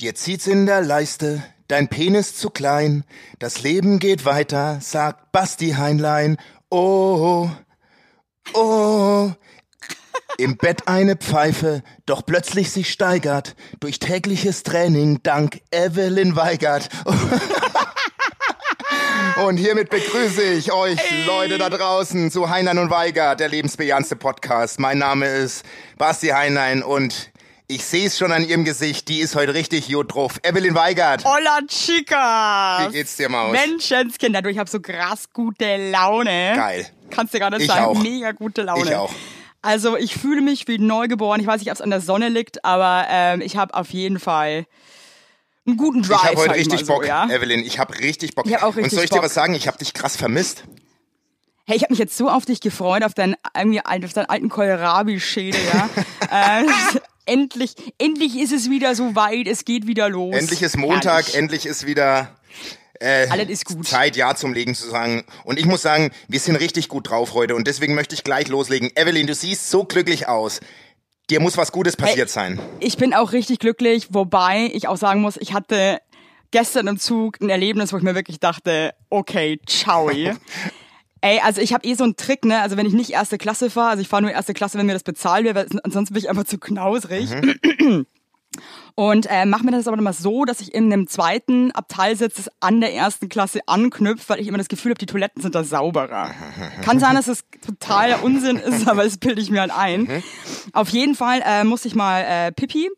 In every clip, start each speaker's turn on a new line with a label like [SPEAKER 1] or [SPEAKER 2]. [SPEAKER 1] Dir zieht's in der Leiste, dein Penis zu klein, das Leben geht weiter, sagt Basti Heinlein. Oh, oh. Im Bett eine Pfeife, doch plötzlich sich steigert, durch tägliches Training dank Evelyn Weigert. Und hiermit begrüße ich euch Leute da draußen zu Heinlein und Weigert, der lebensbejahendste Podcast. Mein Name ist Basti Heinlein und ich sehe es schon an ihrem Gesicht, die ist heute richtig gut drauf. Evelyn Weigert.
[SPEAKER 2] Hola, Chicas!
[SPEAKER 1] Wie geht's dir, Maus?
[SPEAKER 2] Menschenskinder, du, ich habe so krass gute Laune.
[SPEAKER 1] Geil.
[SPEAKER 2] Kannst dir gar nicht
[SPEAKER 1] Ich
[SPEAKER 2] sagen,
[SPEAKER 1] auch.
[SPEAKER 2] mega gute Laune.
[SPEAKER 1] Ich auch.
[SPEAKER 2] Also ich fühle mich wie neugeboren. Ich weiß nicht, ob es an der Sonne liegt, aber ähm, ich habe auf jeden Fall einen guten Drive.
[SPEAKER 1] Ich habe
[SPEAKER 2] sag
[SPEAKER 1] heute richtig
[SPEAKER 2] halt mal so,
[SPEAKER 1] Bock, Ähm.
[SPEAKER 2] Ja?
[SPEAKER 1] Evelyn. Ich habe richtig Bock.
[SPEAKER 2] Ich hab auch
[SPEAKER 1] Und
[SPEAKER 2] richtig
[SPEAKER 1] soll ich dir
[SPEAKER 2] Bock.
[SPEAKER 1] was sagen? Ich habe dich krass vermisst.
[SPEAKER 2] Hey, ich habe mich jetzt so auf dich gefreut, auf deinen, irgendwie, auf deinen alten Kohlrabi-Schädel, ja. äh, endlich, endlich ist es wieder so weit, es geht wieder los.
[SPEAKER 1] Endlich ist Montag,
[SPEAKER 2] Herrlich.
[SPEAKER 1] endlich ist wieder
[SPEAKER 2] alles ist gut.
[SPEAKER 1] Zeit, Ja zum Legen zu sagen. Und ich muss sagen, wir sind richtig gut drauf heute und deswegen möchte ich gleich loslegen. Evelyn, du siehst so glücklich aus. Dir muss was Gutes passiert sein.
[SPEAKER 2] Ich bin auch richtig glücklich, wobei ich auch sagen muss, ich hatte gestern im Zug ein Erlebnis, wo ich mir wirklich dachte, okay, ciao. Ey, also ich habe eh so einen Trick, ne? Also wenn ich nicht erste Klasse fahre, also ich fahre nur erste Klasse, wenn mir das bezahlt wird, weil ansonsten bin ich einfach zu knausrig. Und äh, mach mir das aber immer so, dass ich in einem zweiten Abteil sitze, das an der ersten Klasse anknüpft, weil ich immer das Gefühl habe, die Toiletten sind da sauberer. Kann sein, dass es totaler Unsinn ist, aber das bilde ich mir halt ein. Auf jeden Fall äh, muss ich mal äh, pipi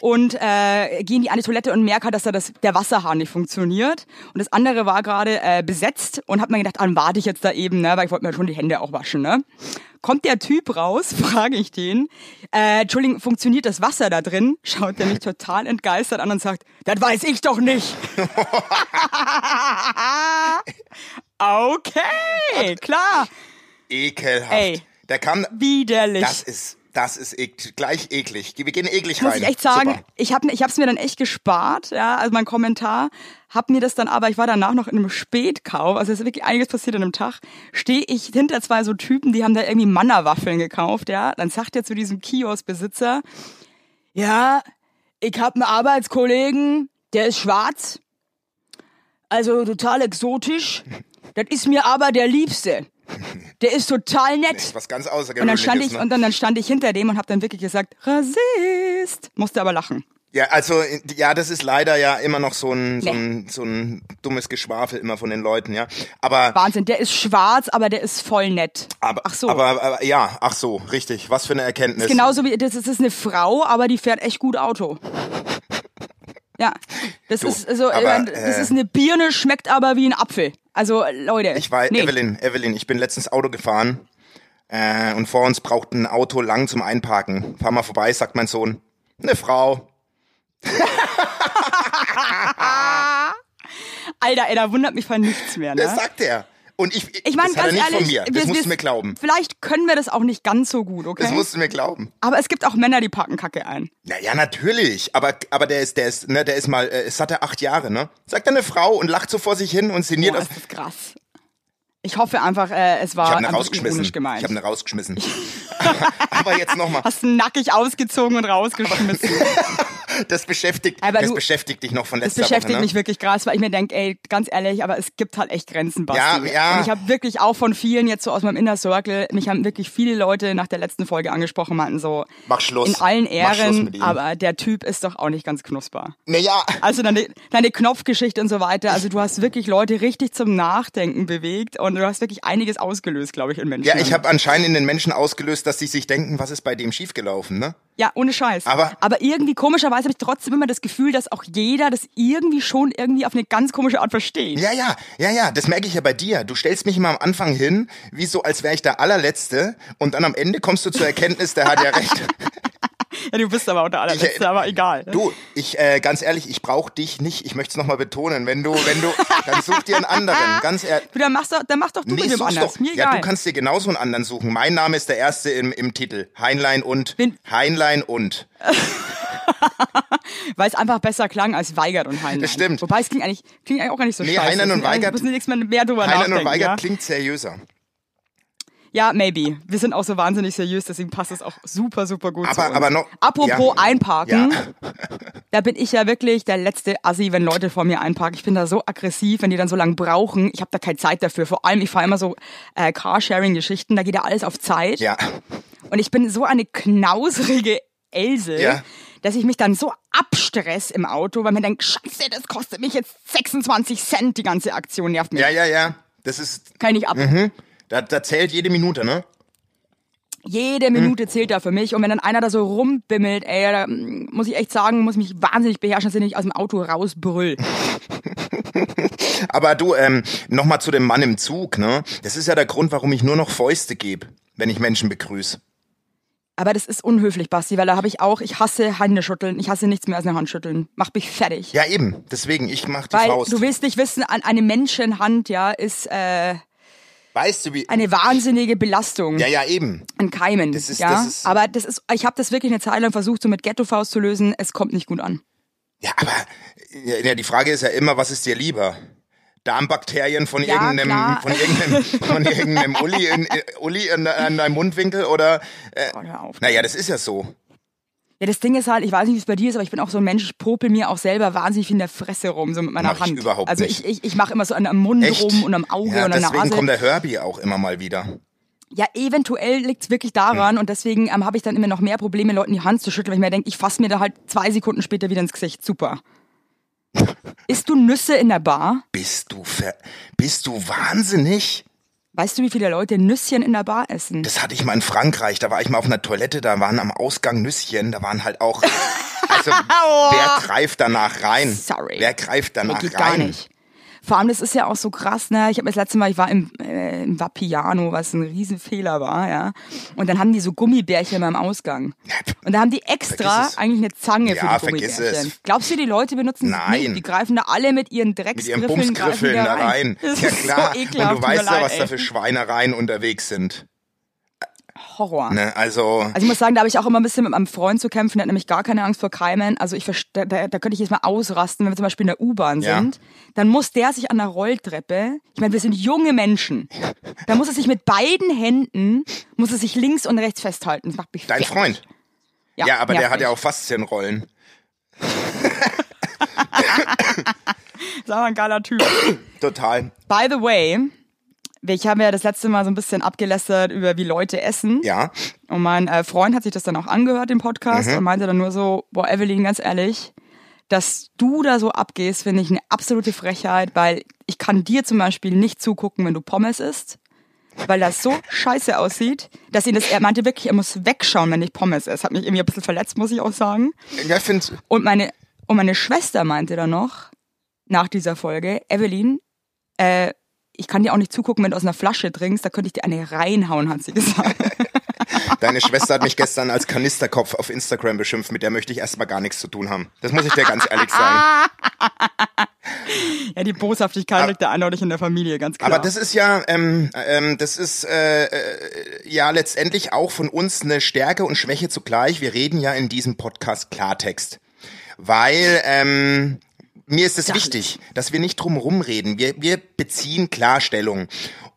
[SPEAKER 2] und äh, gehe in die eine Toilette und merke halt, dass da das, der Wasserhahn nicht funktioniert. Und das andere war gerade äh, besetzt und habe mir gedacht, ah, dann warte ich jetzt da eben, ne? weil ich wollte mir schon die Hände auch waschen. Ne? Kommt der Typ raus, frage ich den. Äh, Entschuldigung, funktioniert das Wasser da drin? Schaut der mich total entgeistert an und sagt, das weiß ich doch nicht. okay, klar.
[SPEAKER 1] Ekelhaft.
[SPEAKER 2] Ey.
[SPEAKER 1] Da kam.
[SPEAKER 2] Widerlich.
[SPEAKER 1] Das ist. Das ist ek gleich eklig. Wir gehen eklig
[SPEAKER 2] muss
[SPEAKER 1] rein.
[SPEAKER 2] ich echt sagen,
[SPEAKER 1] Super.
[SPEAKER 2] ich habe ich hab's mir dann echt gespart, ja, also mein Kommentar, hab mir das dann aber, ich war danach noch in einem Spätkauf, also es ist wirklich einiges passiert an einem Tag, stehe ich hinter zwei so Typen, die haben da irgendwie Mannerwaffeln gekauft, ja, dann sagt er zu diesem Kioskbesitzer, ja, ich hab einen Arbeitskollegen, der ist schwarz, also total exotisch, das ist mir aber der Liebste. Der ist total nett.
[SPEAKER 1] Was ganz
[SPEAKER 2] Und dann
[SPEAKER 1] außergewöhnliches.
[SPEAKER 2] stand ich
[SPEAKER 1] ne?
[SPEAKER 2] und dann, dann stand ich hinter dem und habe dann wirklich gesagt, Rassist, musste aber lachen.
[SPEAKER 1] Ja, also ja, das ist leider ja immer noch so ein, so
[SPEAKER 2] Nee.
[SPEAKER 1] ein, so ein dummes Geschwafel immer von den Leuten, ja. Aber,
[SPEAKER 2] Wahnsinn, der ist schwarz, aber der ist voll nett.
[SPEAKER 1] aber
[SPEAKER 2] Ach so. Genau.
[SPEAKER 1] Aber, aber ja, ach so, richtig. Was für eine Erkenntnis.
[SPEAKER 2] Genauso wie das ist, ist eine Frau, aber die fährt echt gut Auto. Ja, das
[SPEAKER 1] Du,
[SPEAKER 2] ist so,
[SPEAKER 1] aber,
[SPEAKER 2] äh, das
[SPEAKER 1] äh,
[SPEAKER 2] ist eine Birne, schmeckt aber wie ein Apfel. Also Leute,
[SPEAKER 1] Ich war
[SPEAKER 2] nee.
[SPEAKER 1] Evelyn, Evelyn, ich bin letztens Auto gefahren äh, und vor uns braucht ein Auto lang zum Einparken. Fahr mal vorbei, sagt mein Sohn. Eine Frau.
[SPEAKER 2] Alter, ey, da wundert mich von nichts mehr. Ne?
[SPEAKER 1] Das sagt er. Und ich,
[SPEAKER 2] ich meine,
[SPEAKER 1] das hat er
[SPEAKER 2] ganz
[SPEAKER 1] nicht
[SPEAKER 2] ehrlich,
[SPEAKER 1] von mir. Das
[SPEAKER 2] wir-
[SPEAKER 1] musst du
[SPEAKER 2] wir-
[SPEAKER 1] mir glauben.
[SPEAKER 2] Vielleicht können wir das auch nicht ganz so gut, okay?
[SPEAKER 1] Das musst du mir glauben.
[SPEAKER 2] aber es gibt auch Männer, die packen Kacke ein.
[SPEAKER 1] Naja, natürlich. Aber, aber der ist, der ist, ne, der ist mal, äh, es hat er acht Jahre, ne? Sagt er eine Frau und lacht so vor sich hin und sinniert
[SPEAKER 2] Boah,
[SPEAKER 1] auf
[SPEAKER 2] ist das krass. Ich hoffe einfach, äh, es war
[SPEAKER 1] Ich habe eine
[SPEAKER 2] einfach
[SPEAKER 1] rausgeschmissen.
[SPEAKER 2] ironisch
[SPEAKER 1] Ich
[SPEAKER 2] gemeint.
[SPEAKER 1] habe eine rausgeschmissen. aber jetzt nochmal,
[SPEAKER 2] Hast ihn nackig ausgezogen und rausgeschmissen.
[SPEAKER 1] das beschäftigt,
[SPEAKER 2] Aber
[SPEAKER 1] das
[SPEAKER 2] du-
[SPEAKER 1] beschäftigt dich noch von
[SPEAKER 2] Das
[SPEAKER 1] letzter
[SPEAKER 2] beschäftigt
[SPEAKER 1] Woche. Ne?
[SPEAKER 2] mich wirklich krass, weil ich mir denke, ey, ganz ehrlich, aber es gibt halt echt Grenzen, Basti.
[SPEAKER 1] Ja, ja.
[SPEAKER 2] Und ich habe wirklich auch von vielen jetzt so aus meinem Inner Circle, mich haben wirklich viele Leute nach der letzten Folge angesprochen, meinten so,
[SPEAKER 1] Mach Schluss.
[SPEAKER 2] in allen
[SPEAKER 1] Mach Schluss mit
[SPEAKER 2] Ehren,
[SPEAKER 1] ihm.
[SPEAKER 2] aber der Typ ist doch auch nicht ganz knusper.
[SPEAKER 1] Naja,
[SPEAKER 2] Also deine, deine Knopfgeschichte und so weiter, also du hast wirklich Leute richtig zum Nachdenken bewegt und du hast wirklich einiges ausgelöst, glaube ich, in Menschen.
[SPEAKER 1] ja, ich habe anscheinend in den Menschen ausgelöst, dass sie sich denken, was ist bei dem schiefgelaufen, ne?
[SPEAKER 2] Ja, ohne Scheiß.
[SPEAKER 1] Aber-
[SPEAKER 2] irgendwie komischerweise habe ich trotzdem immer das Gefühl, dass auch jeder das irgendwie schon irgendwie auf eine ganz komische Art versteht.
[SPEAKER 1] Ja, ja, ja, ja, das merke ich ja bei dir. Du stellst mich immer am Anfang hin, wie so, als wäre ich der allerletzte und dann am Ende kommst du zur Erkenntnis, der hat ja recht.
[SPEAKER 2] Ja, du bist aber auch der allerletzte, aber egal.
[SPEAKER 1] äh, Du, ich äh, ganz ehrlich, ich brauche dich nicht. Ich möchte es nochmal betonen. Wenn du, wenn du, dann such dir einen anderen. Ganz ehrlich.
[SPEAKER 2] Du, dann, machst du, dann mach doch du mit dem
[SPEAKER 1] such's
[SPEAKER 2] anders. Mir
[SPEAKER 1] ja,
[SPEAKER 2] egal.
[SPEAKER 1] du kannst dir genauso einen anderen suchen. Mein Name ist der erste im, im Titel. Heinlein und.
[SPEAKER 2] Bin-
[SPEAKER 1] Heinlein und.
[SPEAKER 2] Weil es einfach besser klang als Weigert und Heinlein.
[SPEAKER 1] Das stimmt.
[SPEAKER 2] Wobei es klingt eigentlich, klingt eigentlich auch gar nicht so
[SPEAKER 1] Nee,
[SPEAKER 2] scheiße.
[SPEAKER 1] Heinlein und
[SPEAKER 2] Wir
[SPEAKER 1] Weigert-
[SPEAKER 2] müssen nichts mehr, mehr drüber
[SPEAKER 1] Heinlein
[SPEAKER 2] nachdenken.
[SPEAKER 1] und Weigert
[SPEAKER 2] ja?
[SPEAKER 1] klingt seriöser.
[SPEAKER 2] Ja, maybe. Wir sind auch so wahnsinnig seriös, deswegen passt es auch super, super gut
[SPEAKER 1] Aber-
[SPEAKER 2] zu uns.
[SPEAKER 1] aber noch-
[SPEAKER 2] Apropos
[SPEAKER 1] ja.
[SPEAKER 2] einparken,
[SPEAKER 1] Ja.
[SPEAKER 2] da bin ich ja wirklich der letzte Assi, wenn Leute vor mir einparken. Ich bin da so aggressiv, wenn die dann so lange brauchen. Ich habe da keine Zeit dafür. Vor allem, ich fahre immer so äh, Carsharing-Geschichten, da geht ja alles auf Zeit.
[SPEAKER 1] Ja.
[SPEAKER 2] Und ich bin so eine knausrige Else,
[SPEAKER 1] Ja.
[SPEAKER 2] dass ich mich dann so abstress im Auto, weil mir denkt, scheiße, das kostet mich jetzt 26 Cent, die ganze Aktion nervt mich.
[SPEAKER 1] Ja, Mhm. ja, ja. Das ist.
[SPEAKER 2] Kann ich nicht ab.
[SPEAKER 1] Da, da zählt jede Minute, ne?
[SPEAKER 2] Jede
[SPEAKER 1] Mhm.
[SPEAKER 2] Minute zählt da für mich. Und wenn dann einer da so rumbimmelt, ey, da mm, muss ich echt sagen, muss mich wahnsinnig beherrschen, dass ich nicht aus dem Auto rausbrüll.
[SPEAKER 1] Aber du, ähm, nochmal zu dem Mann im Zug, ne? Das ist ja der Grund, warum ich nur noch Fäuste gebe, wenn ich Menschen begrüße.
[SPEAKER 2] Aber das ist unhöflich, Basti, weil da habe ich auch, ich hasse Hände schütteln. Ich hasse nichts mehr als eine Hand schütteln. Macht mich fertig.
[SPEAKER 1] Ja, eben. Deswegen, ich mach die
[SPEAKER 2] weil
[SPEAKER 1] Faust.
[SPEAKER 2] du willst nicht wissen, an eine Menschenhand, ja, ist äh,
[SPEAKER 1] weißt du, wie.
[SPEAKER 2] eine wahnsinnige Belastung.
[SPEAKER 1] Ja, ja, eben.
[SPEAKER 2] an Keimen.
[SPEAKER 1] Das ist-
[SPEAKER 2] ja?
[SPEAKER 1] das ist-
[SPEAKER 2] aber das ist, ich habe das wirklich eine Zeit lang versucht, so mit Ghetto-Faust zu lösen. Es kommt nicht gut an.
[SPEAKER 1] Ja, aber ja, ja, die Frage ist ja immer, was ist dir lieber? Darmbakterien von
[SPEAKER 2] Ja,
[SPEAKER 1] irgendeinem,
[SPEAKER 2] klar.
[SPEAKER 1] von irgendeinem, von irgendeinem Uli, in, äh, Uli in, an deinem Mundwinkel oder?
[SPEAKER 2] Oh, hör auf.
[SPEAKER 1] Naja, das ist ja so.
[SPEAKER 2] Ja, das Ding ist halt, ich weiß nicht, wie es bei dir ist, aber ich bin auch so ein Mensch, ich popel mir auch selber wahnsinnig viel in der Fresse rum, so mit meiner
[SPEAKER 1] Mach ich
[SPEAKER 2] Hand.
[SPEAKER 1] überhaupt
[SPEAKER 2] also
[SPEAKER 1] nicht.
[SPEAKER 2] ich, ich, ich mache immer so an am Mund
[SPEAKER 1] Echt?
[SPEAKER 2] rum und am Auge
[SPEAKER 1] ja,
[SPEAKER 2] und an der
[SPEAKER 1] deswegen
[SPEAKER 2] Nase.
[SPEAKER 1] kommt der Herbie auch immer mal wieder.
[SPEAKER 2] Ja, eventuell liegt's wirklich daran und deswegen ähm, habe ich dann immer noch mehr Probleme, Leuten die Hand zu schütteln, weil ich mir denke, ich fass mir da halt zwei Sekunden später wieder ins Gesicht. Super. Isst du Nüsse in der Bar?
[SPEAKER 1] Bist du ver bist du wahnsinnig?
[SPEAKER 2] Weißt du, wie viele Leute Nüsschen in der Bar essen?
[SPEAKER 1] Das hatte ich mal in Frankreich, da war ich mal auf einer Toilette, da waren am Ausgang Nüsschen, da waren halt auch also wer greift danach rein?
[SPEAKER 2] Oh. Sorry.
[SPEAKER 1] Wer greift danach
[SPEAKER 2] geht
[SPEAKER 1] rein?
[SPEAKER 2] gar nicht. Vor allem, das ist ja auch so krass, ne? Ich habe das letzte Mal, ich war im, äh, im Vapiano, was ein Riesenfehler war, ja. Und dann haben die so Gummibärchen beim Ausgang. Und da haben die extra
[SPEAKER 1] Vergiss es.
[SPEAKER 2] eigentlich eine Zange
[SPEAKER 1] Ja,
[SPEAKER 2] für die
[SPEAKER 1] vergiss
[SPEAKER 2] Gummibärchen.
[SPEAKER 1] es.
[SPEAKER 2] Glaubst du, die Leute benutzen das
[SPEAKER 1] Nein.
[SPEAKER 2] nicht? Die greifen da alle mit ihren
[SPEAKER 1] Mit ihren
[SPEAKER 2] Drecksgriffeln
[SPEAKER 1] Bumsgriffeln da rein.
[SPEAKER 2] Das
[SPEAKER 1] Ja
[SPEAKER 2] ist
[SPEAKER 1] klar.
[SPEAKER 2] so ekelhaft.
[SPEAKER 1] Und du weißt
[SPEAKER 2] tut mir
[SPEAKER 1] ja, was
[SPEAKER 2] leid,
[SPEAKER 1] da
[SPEAKER 2] ey.
[SPEAKER 1] für Schweinereien unterwegs sind.
[SPEAKER 2] Horror.
[SPEAKER 1] Ne? Also,
[SPEAKER 2] Also ich muss sagen, da habe ich auch immer ein bisschen mit meinem Freund zu kämpfen, der hat nämlich gar keine Angst vor Keimen. Also ich verste- da, da könnte ich jetzt mal ausrasten, wenn wir zum Beispiel in der U-Bahn
[SPEAKER 1] Ja.
[SPEAKER 2] sind. Dann muss der sich an der Rolltreppe, ich meine, wir sind junge Menschen, da muss er sich mit beiden Händen, muss er sich links und rechts festhalten. Das macht mich
[SPEAKER 1] dein
[SPEAKER 2] fertig.
[SPEAKER 1] Freund. Ja, aber der
[SPEAKER 2] nervt
[SPEAKER 1] hat ja
[SPEAKER 2] mich.
[SPEAKER 1] auch Faszienrollen.
[SPEAKER 2] Das ist aber ein geiler Typ.
[SPEAKER 1] Total.
[SPEAKER 2] By the way, ich habe ja das letzte Mal so ein bisschen abgelästert über wie Leute essen.
[SPEAKER 1] Ja.
[SPEAKER 2] Und mein äh, Freund hat sich das dann auch angehört, den Podcast, und meinte dann nur so, boah, Evelyn, ganz ehrlich, dass du da so abgehst, finde ich eine absolute Frechheit, weil ich kann dir zum Beispiel nicht zugucken, wenn du Pommes isst, weil das so scheiße aussieht, dass ihn das, er meinte wirklich, er muss wegschauen, wenn ich Pommes esse. Hat mich irgendwie ein bisschen verletzt, muss ich auch sagen.
[SPEAKER 1] Ja, ich finde,
[SPEAKER 2] Und meine, und meine Schwester meinte dann noch, nach dieser Folge, Evelyn, äh, ich kann dir auch nicht zugucken, wenn du aus einer Flasche trinkst, da könnte ich dir eine reinhauen, hat sie gesagt.
[SPEAKER 1] deine Schwester hat mich gestern als Kanisterkopf auf Instagram beschimpft, mit der möchte ich erstmal gar nichts zu tun haben. Das muss ich dir ganz ehrlich sagen.
[SPEAKER 2] Ja, die Boshaftigkeit liegt ja eindeutig in der Familie, ganz klar.
[SPEAKER 1] Aber das ist ja, ähm, ähm, das ist äh, äh, ja letztendlich auch von uns eine Stärke und Schwäche zugleich. Wir reden ja in diesem Podcast Klartext. Weil ähm, mir ist es wichtig, dass wir nicht drumherum reden. Wir, wir beziehen Klarstellung.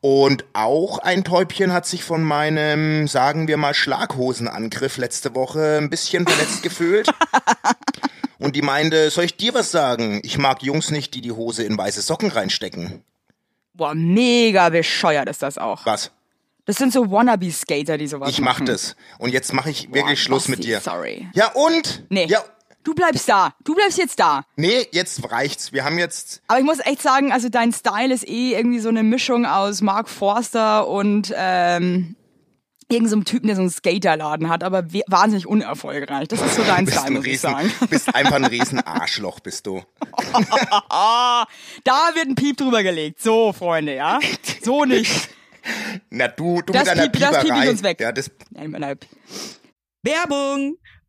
[SPEAKER 1] Und auch ein Täubchen hat sich von meinem, sagen wir mal, Schlaghosenangriff letzte Woche ein bisschen verletzt gefühlt. Und die meinte, soll ich dir was sagen? Ich mag Jungs nicht, die die Hose in weiße Socken reinstecken.
[SPEAKER 2] Boah, mega bescheuert ist das auch.
[SPEAKER 1] Was?
[SPEAKER 2] Das sind so Wannabe-Skater, die sowas
[SPEAKER 1] Ich mach
[SPEAKER 2] machen.
[SPEAKER 1] das. Und jetzt mache ich wirklich Schluss mit
[SPEAKER 2] Also, hm. Basti,
[SPEAKER 1] dir.
[SPEAKER 2] sorry.
[SPEAKER 1] Ja und?
[SPEAKER 2] Nee,
[SPEAKER 1] Ja,
[SPEAKER 2] du bleibst da. Du bleibst jetzt da.
[SPEAKER 1] nee, jetzt reicht's. Wir haben jetzt
[SPEAKER 2] Aber ich muss echt sagen, also dein Style ist eh irgendwie so eine Mischung aus Mark Forster und ähm, irgendeinem so einem Typen, der so einen Skaterladen hat, aber we- wahnsinnig unerfolgreich. Das ist so dein
[SPEAKER 1] bist
[SPEAKER 2] Style,
[SPEAKER 1] ein
[SPEAKER 2] muss ich
[SPEAKER 1] Riesen,
[SPEAKER 2] sagen.
[SPEAKER 1] bist einfach ein riesen Arschloch, bist du.
[SPEAKER 2] Da wird ein Piep drüber gelegt. So, Freunde, ja? So nicht.
[SPEAKER 1] Na du, du
[SPEAKER 2] Das
[SPEAKER 1] mit deiner
[SPEAKER 2] piep- das piep ich
[SPEAKER 1] Pieperei.
[SPEAKER 2] uns weg.
[SPEAKER 1] Ja, das
[SPEAKER 2] Nein, nein, nein. Werbung!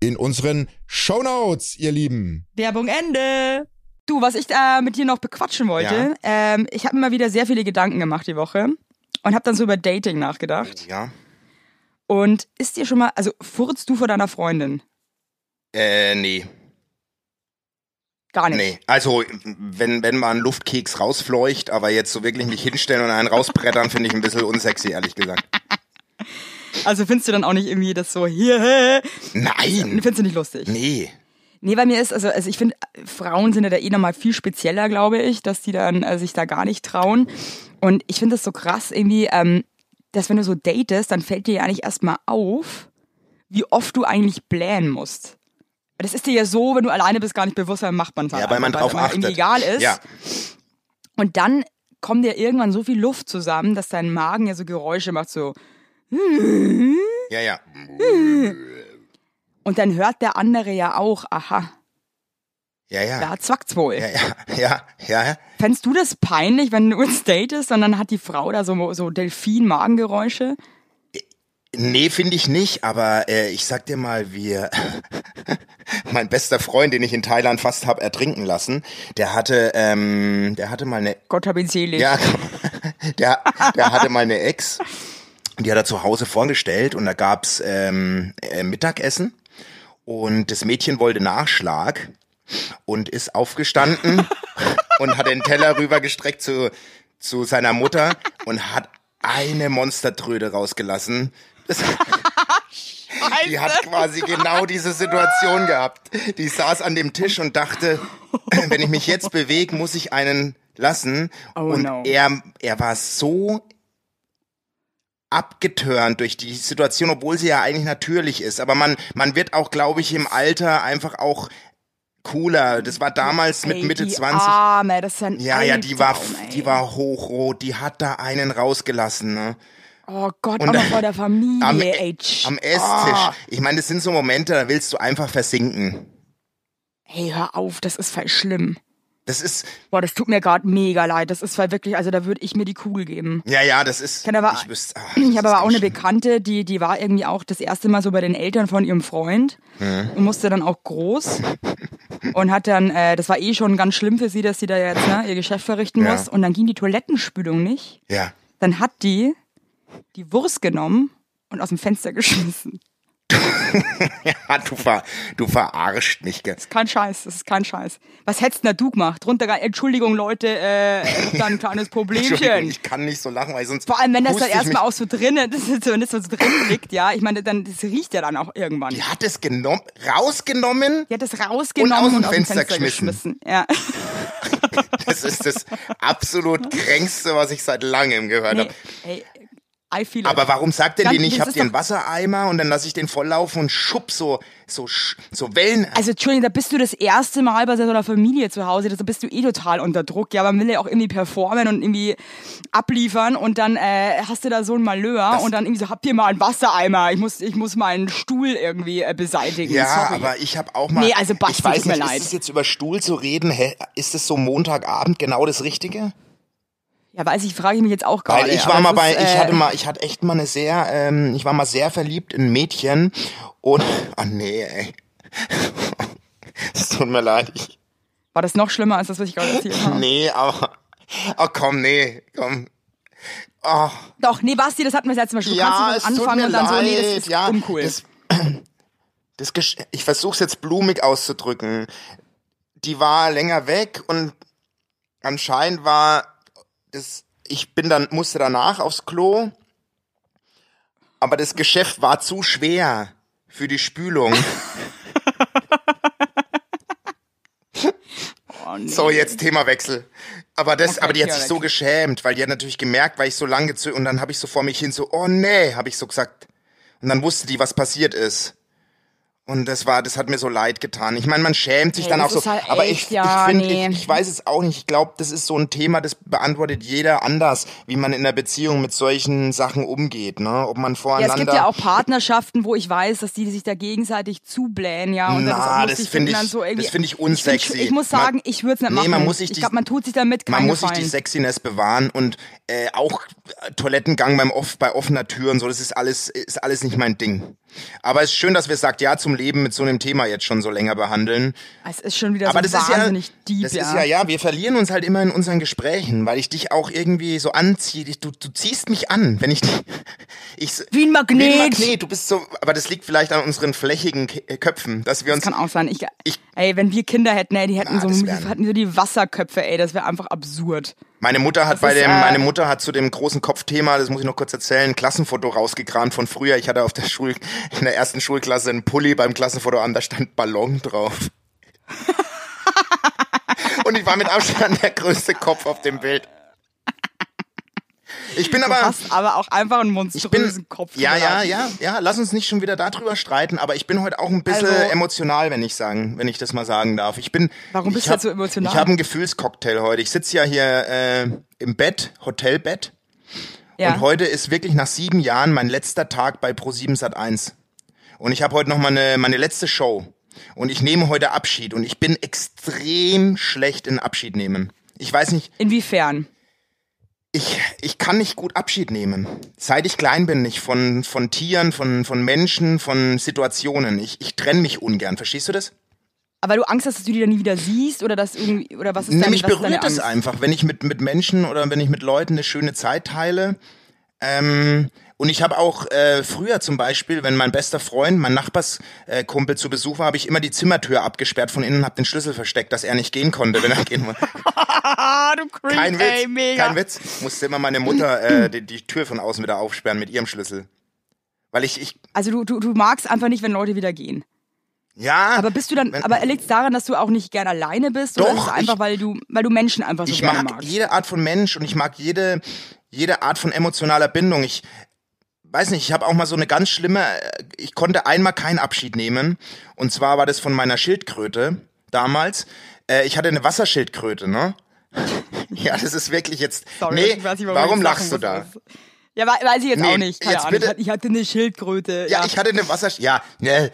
[SPEAKER 3] in unseren Shownotes, ihr Lieben.
[SPEAKER 4] Werbung Ende.
[SPEAKER 2] Du, was ich äh, mit dir noch bequatschen wollte, ähm, ich habe mir mal wieder sehr viele Gedanken gemacht die Woche und habe dann so über Dating nachgedacht.
[SPEAKER 1] Ja.
[SPEAKER 2] Und ist dir schon mal, also furzt du vor deiner Freundin?
[SPEAKER 1] Äh, nee.
[SPEAKER 2] Gar nicht.
[SPEAKER 1] Nee. Also, wenn, wenn mal ein Luftkeks rausfleucht, aber jetzt so wirklich mich hinstellen und einen rausbrettern, finde ich ein bisschen unsexy, ehrlich gesagt.
[SPEAKER 2] Also findest du dann auch nicht irgendwie das so hier,
[SPEAKER 1] Nein!
[SPEAKER 2] findest du nicht lustig?
[SPEAKER 1] Nee.
[SPEAKER 2] Nee, bei mir ist, also, also ich finde, Frauen sind ja da eh nochmal viel spezieller, glaube ich, dass die dann äh, sich da gar nicht trauen. Und ich finde das so krass irgendwie, ähm, dass wenn du so datest, dann fällt dir ja eigentlich erstmal auf, wie oft du eigentlich blähen musst. Das ist dir ja so, wenn du alleine bist, gar nicht bewusst, dann macht man es
[SPEAKER 1] Ja, weil man drauf achtet.
[SPEAKER 2] irgendwie egal ist.
[SPEAKER 1] Ja.
[SPEAKER 2] Und dann kommt dir irgendwann so viel Luft zusammen, dass dein Magen ja so Geräusche macht, so.
[SPEAKER 1] Ja, ja.
[SPEAKER 2] Und dann hört der andere ja auch, aha,
[SPEAKER 1] Ja, ja.
[SPEAKER 2] da zwackt's wohl.
[SPEAKER 1] Ja, ja. Ja, ja.
[SPEAKER 2] Fändst du das peinlich, wenn du ins Date ist und dann hat die Frau da so, so Delfin-Magengeräusche?
[SPEAKER 1] Nee, finde ich nicht, aber äh, ich sag dir mal, wir. mein bester Freund, den ich in Thailand fast hab ertrinken lassen, der hatte, ähm, der hatte mal eine
[SPEAKER 2] Gott hab ihn selig.
[SPEAKER 1] Ja, der, der hatte mal eine Ex, die hat er zu Hause vorgestellt und da gab's ähm, äh, Mittagessen und das Mädchen wollte Nachschlag und ist aufgestanden und hat den Teller rübergestreckt zu, zu seiner Mutter und hat eine Monstertröde rausgelassen. Das, die hat quasi genau diese Situation gehabt. Die saß an dem Tisch und dachte, wenn ich mich jetzt bewege, muss ich einen lassen. und
[SPEAKER 2] no.
[SPEAKER 1] er, er war so abgetörnt durch die Situation, obwohl sie ja eigentlich natürlich ist. Aber man, man wird auch, glaube ich, im Alter einfach auch cooler. Das war damals mit
[SPEAKER 2] Ey,
[SPEAKER 1] Mitte
[SPEAKER 2] die
[SPEAKER 1] 20.
[SPEAKER 2] Arme, das ist ein
[SPEAKER 1] Ja, ja, die war,
[SPEAKER 2] Albtraum, ey.
[SPEAKER 1] die war hochrot, die hat da einen rausgelassen, ne?
[SPEAKER 2] Oh Gott,
[SPEAKER 1] Und-
[SPEAKER 2] auch noch vor der Familie.
[SPEAKER 1] Am,
[SPEAKER 2] ey, tsch. Ah.
[SPEAKER 1] am Esstisch. Ich meine, das sind so Momente, da willst du einfach versinken.
[SPEAKER 2] Hey, hör auf, das ist voll schlimm.
[SPEAKER 1] Das ist,
[SPEAKER 2] Boah, das tut mir gerade mega leid. Das ist voll wirklich, also da würde ich mir die Kugel geben.
[SPEAKER 1] ja, ja, das ist.
[SPEAKER 2] Kann aber-
[SPEAKER 1] ich wüsste, ah, das
[SPEAKER 2] Ich
[SPEAKER 1] ist
[SPEAKER 2] habe aber auch
[SPEAKER 1] ganz
[SPEAKER 2] eine
[SPEAKER 1] schlimm.
[SPEAKER 2] Bekannte, die, die war irgendwie auch das erste Mal so bei den Eltern von ihrem Freund
[SPEAKER 1] Mhm.
[SPEAKER 2] und musste dann auch groß und hat dann, äh, das war eh schon ganz schlimm für sie, dass sie da jetzt ne, ihr Geschäft verrichten
[SPEAKER 1] Ja.
[SPEAKER 2] muss und dann ging die Toilettenspülung nicht.
[SPEAKER 1] Ja.
[SPEAKER 2] Dann hat die die Wurst genommen und aus dem Fenster geschmissen.
[SPEAKER 1] ja Ah, du, ver, du verarscht mich, gell?
[SPEAKER 2] Kein Scheiß, das ist kein Scheiß. Was hättest denn da du gemacht? Runtergegangen, Entschuldigung Leute, äh, ich hab da ein kleines
[SPEAKER 1] Entschuldigung,
[SPEAKER 2] Problemchen.
[SPEAKER 1] ich kann nicht so lachen, weil sonst.
[SPEAKER 2] Vor allem, wenn das
[SPEAKER 1] huste
[SPEAKER 2] dann
[SPEAKER 1] ich mich-
[SPEAKER 2] erstmal auch so drinnen, das ist, wenn das so drin liegt, ja, ich meine, dann, das riecht ja dann auch irgendwann.
[SPEAKER 1] Die hat es genommen, rausgenommen.
[SPEAKER 2] Die hat es rausgenommen und aus dem Fenster, geschmissen. Ja.
[SPEAKER 1] Das ist das absolut kränkste, was ich seit langem gehört
[SPEAKER 2] Nee,
[SPEAKER 1] habe.
[SPEAKER 2] ey, I feel
[SPEAKER 1] Aber
[SPEAKER 2] it.
[SPEAKER 1] warum sagt er
[SPEAKER 2] Dann-
[SPEAKER 1] dir nicht, ich
[SPEAKER 2] das
[SPEAKER 1] hab
[SPEAKER 2] ist
[SPEAKER 1] dir einen
[SPEAKER 2] doch-
[SPEAKER 1] Wassereimer und dann lass ich den volllaufen und schub so, so, sch- so Wellen.
[SPEAKER 2] Also, Entschuldigung, da bist du das erste Mal bei so einer Familie zu Hause, da bist du eh total unter Druck. Ja, man will ja auch irgendwie performen und irgendwie abliefern und dann äh, hast du da so ein Malheur und dann irgendwie so, habt ihr mal einen Wassereimer? Ich muss, ich muss meinen Stuhl irgendwie äh, beseitigen.
[SPEAKER 1] Ja,
[SPEAKER 2] Sorry.
[SPEAKER 1] aber ich habe auch mal.
[SPEAKER 2] Nee, also Basti,
[SPEAKER 1] ich weiß
[SPEAKER 2] tut mir
[SPEAKER 1] nicht,
[SPEAKER 2] leid.
[SPEAKER 1] ist es jetzt über Stuhl zu reden? Hä, ist es so Montagabend genau das Richtige?
[SPEAKER 2] Ja, weiß ich, frage ich mich jetzt auch gerade.
[SPEAKER 1] Weil ich
[SPEAKER 2] aber
[SPEAKER 1] war mal
[SPEAKER 2] es
[SPEAKER 1] bei,
[SPEAKER 2] ist,
[SPEAKER 1] ich
[SPEAKER 2] äh,
[SPEAKER 1] hatte mal, ich hatte echt mal eine sehr, ähm, ich war mal sehr verliebt in Mädchen und, ah nee, ey. Es tut mir leid. Ich,
[SPEAKER 2] War das noch schlimmer als das, was ich gerade erzählt habe?
[SPEAKER 1] nee, aber, oh komm, nee, komm. Oh,
[SPEAKER 2] Doch, nee, Basti, das hatten wir das letzte Mal schon. Du
[SPEAKER 1] ja,
[SPEAKER 2] kannst
[SPEAKER 1] es
[SPEAKER 2] nicht
[SPEAKER 1] tut
[SPEAKER 2] anfangen
[SPEAKER 1] mir
[SPEAKER 2] und dann
[SPEAKER 1] leid.
[SPEAKER 2] so, nee, das ist
[SPEAKER 1] ja,
[SPEAKER 2] uncool.
[SPEAKER 1] Das, das Gesch ich versuch's jetzt blumig auszudrücken. Die war länger weg und anscheinend war das, ich bin dann, musste danach aufs Klo, aber das Geschäft war zu schwer für die Spülung.
[SPEAKER 2] oh, nee.
[SPEAKER 1] So, jetzt Themawechsel. Aber das,
[SPEAKER 2] Okay,
[SPEAKER 1] aber die hat sich
[SPEAKER 2] Themawechsel.
[SPEAKER 1] so geschämt, weil die hat natürlich gemerkt, weil ich so lang gezögert und dann habe ich so vor mich hin so, oh nee, habe ich so gesagt. Und dann wusste die, was passiert ist. Und das war, das hat mir so leid getan. Ich meine, man schämt sich
[SPEAKER 2] Hey,
[SPEAKER 1] dann auch
[SPEAKER 2] das
[SPEAKER 1] so.
[SPEAKER 2] ist halt
[SPEAKER 1] aber
[SPEAKER 2] echt,
[SPEAKER 1] ich,
[SPEAKER 2] ja,
[SPEAKER 1] ich finde,
[SPEAKER 2] nee.
[SPEAKER 1] ich, ich weiß es auch nicht. Ich glaube, das ist so ein Thema, das beantwortet jeder anders, wie man in der Beziehung mit solchen Sachen umgeht, ne? Ob man
[SPEAKER 2] Ja,
[SPEAKER 1] voreinander.
[SPEAKER 2] es gibt ja auch Partnerschaften, wo ich weiß, dass die sich da gegenseitig zublähen, ja. Und dann ist auch
[SPEAKER 1] Na,
[SPEAKER 2] lustig,
[SPEAKER 1] das find
[SPEAKER 2] wenn dann
[SPEAKER 1] ich-
[SPEAKER 2] so irgendwie-
[SPEAKER 1] das find ich
[SPEAKER 2] find
[SPEAKER 1] unsexy.
[SPEAKER 2] schon- Ich, muss
[SPEAKER 1] Man-
[SPEAKER 2] sagen, ich würde es nicht
[SPEAKER 1] Nee,
[SPEAKER 2] machen.
[SPEAKER 1] man muss sich
[SPEAKER 2] ich
[SPEAKER 1] die-
[SPEAKER 2] glaube, man tut sich damit keinen
[SPEAKER 1] man muss sich
[SPEAKER 2] Gefallen.
[SPEAKER 1] die Sexiness bewahren und äh, auch Toilettengang beim off bei offener Tür und so, das ist alles ist alles nicht mein Ding. Aber es ist schön, dass wir sagt ja zum Leben mit so einem Thema jetzt schon so länger behandeln.
[SPEAKER 2] Ah, es ist schon wieder
[SPEAKER 1] Aber
[SPEAKER 2] so
[SPEAKER 1] das ist ja
[SPEAKER 2] wahnsinnig deep,
[SPEAKER 1] das ist ja ja, wir verlieren uns halt immer in unseren Gesprächen, weil ich dich auch irgendwie so anziehe, dich- du du ziehst mich an, wenn ich dich ich
[SPEAKER 2] Wie ein Magnet.
[SPEAKER 1] Wie ein Magnet, du bist so, aber das liegt vielleicht an unseren flächigen K- Köpfen, dass wir
[SPEAKER 2] Das
[SPEAKER 1] uns
[SPEAKER 2] kann auch sein. Ich,
[SPEAKER 1] Ich-
[SPEAKER 2] ey, wenn wir Kinder hätten, ey, die hätten,
[SPEAKER 1] Na,
[SPEAKER 2] so,
[SPEAKER 1] das
[SPEAKER 2] die
[SPEAKER 1] wär-
[SPEAKER 2] hätten so die Wasserköpfe, ey, das wäre einfach absurd.
[SPEAKER 1] Meine Mutter hat
[SPEAKER 2] Das
[SPEAKER 1] bei
[SPEAKER 2] ist,
[SPEAKER 1] dem,
[SPEAKER 2] äh,
[SPEAKER 1] meine Mutter hat zu dem großen Kopfthema, das muss ich noch kurz erzählen, ein Klassenfoto rausgekramt von früher. Ich hatte auf der Schul, in der ersten Schulklasse einen Pulli beim Klassenfoto an, da stand Ballon drauf. Und ich war mit Abstand der größte Kopf auf dem Bild. Ich bin aber,
[SPEAKER 2] Hast aber auch einfach einen
[SPEAKER 1] ich bin,
[SPEAKER 2] monströsen Kopf.
[SPEAKER 1] ja, ja,
[SPEAKER 2] Alter.
[SPEAKER 1] ja, ja, lass uns nicht schon wieder darüber streiten, aber ich bin heute auch ein bisschen
[SPEAKER 2] Also-
[SPEAKER 1] emotional, wenn ich sagen, wenn ich das mal sagen darf. Ich bin,
[SPEAKER 2] Warum
[SPEAKER 1] ich
[SPEAKER 2] bist du
[SPEAKER 1] hab-
[SPEAKER 2] jetzt so emotional?
[SPEAKER 1] Ich habe einen Gefühlscocktail heute. Ich sitze ja hier äh, im Bett, Hotelbett.
[SPEAKER 2] Ja.
[SPEAKER 1] Und heute ist wirklich nach sieben Jahren mein letzter Tag bei Pro7 Sat 1. Und ich habe heute noch meine, meine letzte Show. Und ich nehme heute Abschied. Und ich bin extrem schlecht in Abschied nehmen. Ich weiß nicht,
[SPEAKER 2] Inwiefern?
[SPEAKER 1] ich, ich kann nicht gut Abschied nehmen. Seit ich klein bin, ich von, von Tieren, von, von Menschen, von Situationen. Ich, ich trenne mich ungern. Verstehst du das?
[SPEAKER 2] Aber du Angst hast, dass du die dann nie wieder siehst oder dass irgendwie oder was ist
[SPEAKER 1] Nämlich
[SPEAKER 2] deine, was ist deine
[SPEAKER 1] berührt es
[SPEAKER 2] Angst?
[SPEAKER 1] einfach, wenn ich mit, mit Menschen oder wenn ich mit Leuten eine schöne Zeit teile. Ähm, und ich habe auch äh, früher zum Beispiel, wenn mein bester Freund, mein Nachbarskumpel zu Besuch war, habe ich immer die Zimmertür abgesperrt von innen, habe den Schlüssel versteckt, dass er nicht gehen konnte, wenn er gehen wollte.
[SPEAKER 2] Ah, du Creep,
[SPEAKER 1] Kein Witz,
[SPEAKER 2] ey, mega.
[SPEAKER 1] kein Witz. Musste immer meine Mutter äh, die, die Tür von außen wieder aufsperren mit ihrem Schlüssel. Weil ich, ich
[SPEAKER 2] Also du, du, du magst einfach nicht, wenn Leute wieder gehen.
[SPEAKER 1] ja,
[SPEAKER 2] Aber bist du dann,
[SPEAKER 1] Wenn-
[SPEAKER 2] aber liegt es daran, dass du auch nicht gern alleine bist? oder
[SPEAKER 1] Doch,
[SPEAKER 2] ist es einfach,
[SPEAKER 1] ich-
[SPEAKER 2] weil du, weil du Menschen einfach so
[SPEAKER 1] ich
[SPEAKER 2] gerne
[SPEAKER 1] mag
[SPEAKER 2] magst?
[SPEAKER 1] jede Art von Mensch und ich mag jede, jede Art von emotionaler Bindung. Ich weiß nicht, ich habe auch mal so eine ganz schlimme, äh, ich konnte einmal keinen Abschied nehmen. Und zwar war das von meiner Schildkröte damals. Äh, ich hatte eine Wasserschildkröte, ne? ja, das ist wirklich jetzt.
[SPEAKER 2] Sorry,
[SPEAKER 1] nee,
[SPEAKER 2] ich weiß nicht,
[SPEAKER 1] warum
[SPEAKER 2] ich das
[SPEAKER 1] lachst du
[SPEAKER 2] sagen
[SPEAKER 1] da?
[SPEAKER 2] muss. Ja, wei- weiß ich jetzt
[SPEAKER 1] Nee,
[SPEAKER 2] auch nicht. Keine
[SPEAKER 1] jetzt
[SPEAKER 2] Ahnung.
[SPEAKER 1] bitte.
[SPEAKER 2] Ich hatte- Ich hatte eine Schildkröte.
[SPEAKER 1] Ja, ich hatte eine Wasserschildkröte. Ja, ne,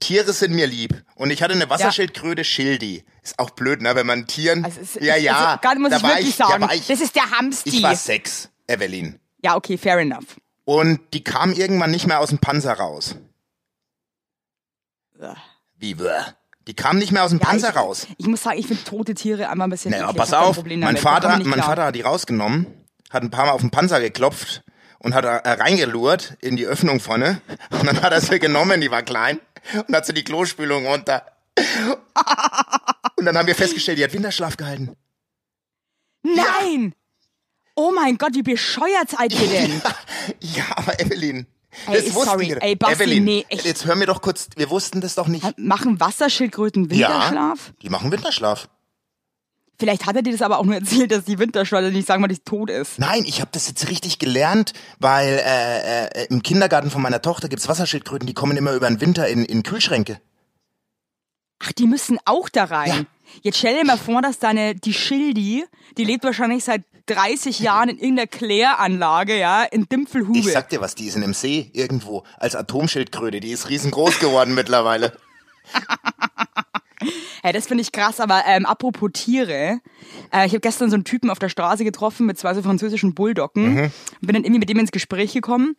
[SPEAKER 1] Tiere sind mir lieb. Und ich hatte eine Wasserschildkröte Schildi. Ist auch blöd, ne, wenn man Tieren.
[SPEAKER 2] Also es-
[SPEAKER 1] ja,
[SPEAKER 2] es-
[SPEAKER 1] ja.
[SPEAKER 2] Also, gerade muss
[SPEAKER 1] da
[SPEAKER 2] ich
[SPEAKER 1] war
[SPEAKER 2] wirklich
[SPEAKER 1] ich,
[SPEAKER 2] sagen,
[SPEAKER 1] Ja, war ich,
[SPEAKER 2] das ist der Hamsti.
[SPEAKER 1] ich war sechs, Evelyn.
[SPEAKER 2] ja, okay, fair enough.
[SPEAKER 1] Und die kam irgendwann nicht mehr aus dem Panzer raus.
[SPEAKER 2] Ja.
[SPEAKER 1] Wie, bäh. die kam nicht mehr aus dem
[SPEAKER 2] Ja,
[SPEAKER 1] Panzer
[SPEAKER 2] ich,
[SPEAKER 1] raus.
[SPEAKER 2] Ich muss sagen, ich finde tote Tiere einmal ein bisschen.
[SPEAKER 1] Naja,
[SPEAKER 2] eklig.
[SPEAKER 1] pass
[SPEAKER 2] Ich hab da ein
[SPEAKER 1] auf,
[SPEAKER 2] Problem
[SPEAKER 1] mein
[SPEAKER 2] damit. Da
[SPEAKER 1] Vater,
[SPEAKER 2] komm ich nicht
[SPEAKER 1] mein
[SPEAKER 2] klar.
[SPEAKER 1] Vater hat die rausgenommen, hat ein paar Mal auf den Panzer geklopft und hat äh, reingelurrt in die Öffnung vorne. Und dann hat er sie genommen, die war klein, und hat sie die Klospülung runter. Und dann haben wir festgestellt, die hat Winterschlaf gehalten.
[SPEAKER 2] Nein! Oh mein Gott, wie bescheuert seid ihr denn?
[SPEAKER 1] Ja, aber Evelyn.
[SPEAKER 2] Ey,
[SPEAKER 1] das wussten
[SPEAKER 2] sorry.
[SPEAKER 1] wir.
[SPEAKER 2] Ey, Basti,
[SPEAKER 1] Evelyn,
[SPEAKER 2] nee, echt.
[SPEAKER 1] jetzt hör mir doch kurz, wir wussten das doch nicht.
[SPEAKER 2] Machen Wasserschildkröten Winterschlaf?
[SPEAKER 1] Ja, die machen Winterschlaf.
[SPEAKER 2] Vielleicht hat er dir das aber auch nur erzählt, dass die Winterschleudern nicht sagen, weil die tot ist.
[SPEAKER 1] Nein, ich habe das jetzt richtig gelernt, weil äh, äh, im Kindergarten von meiner Tochter gibt's Wasserschildkröten, die kommen immer über den Winter in, in Kühlschränke.
[SPEAKER 2] Ach, die müssen auch da rein. Jetzt stell dir mal vor, dass deine, die Schildi, die lebt wahrscheinlich seit 30 Jahren in irgendeiner Kläranlage, ja, in
[SPEAKER 1] Ich
[SPEAKER 2] Dimpfelhube.
[SPEAKER 1] sag dir was, die ist in einem See irgendwo als Atomschildkröte, die ist riesengroß geworden mittlerweile.
[SPEAKER 2] Hey, das finde ich krass, aber ähm, apropos Tiere. Äh, ich habe gestern so einen Typen auf der Straße getroffen mit zwei so französischen Bulldoggen.
[SPEAKER 1] Mhm.
[SPEAKER 2] Bin dann irgendwie mit dem ins Gespräch gekommen.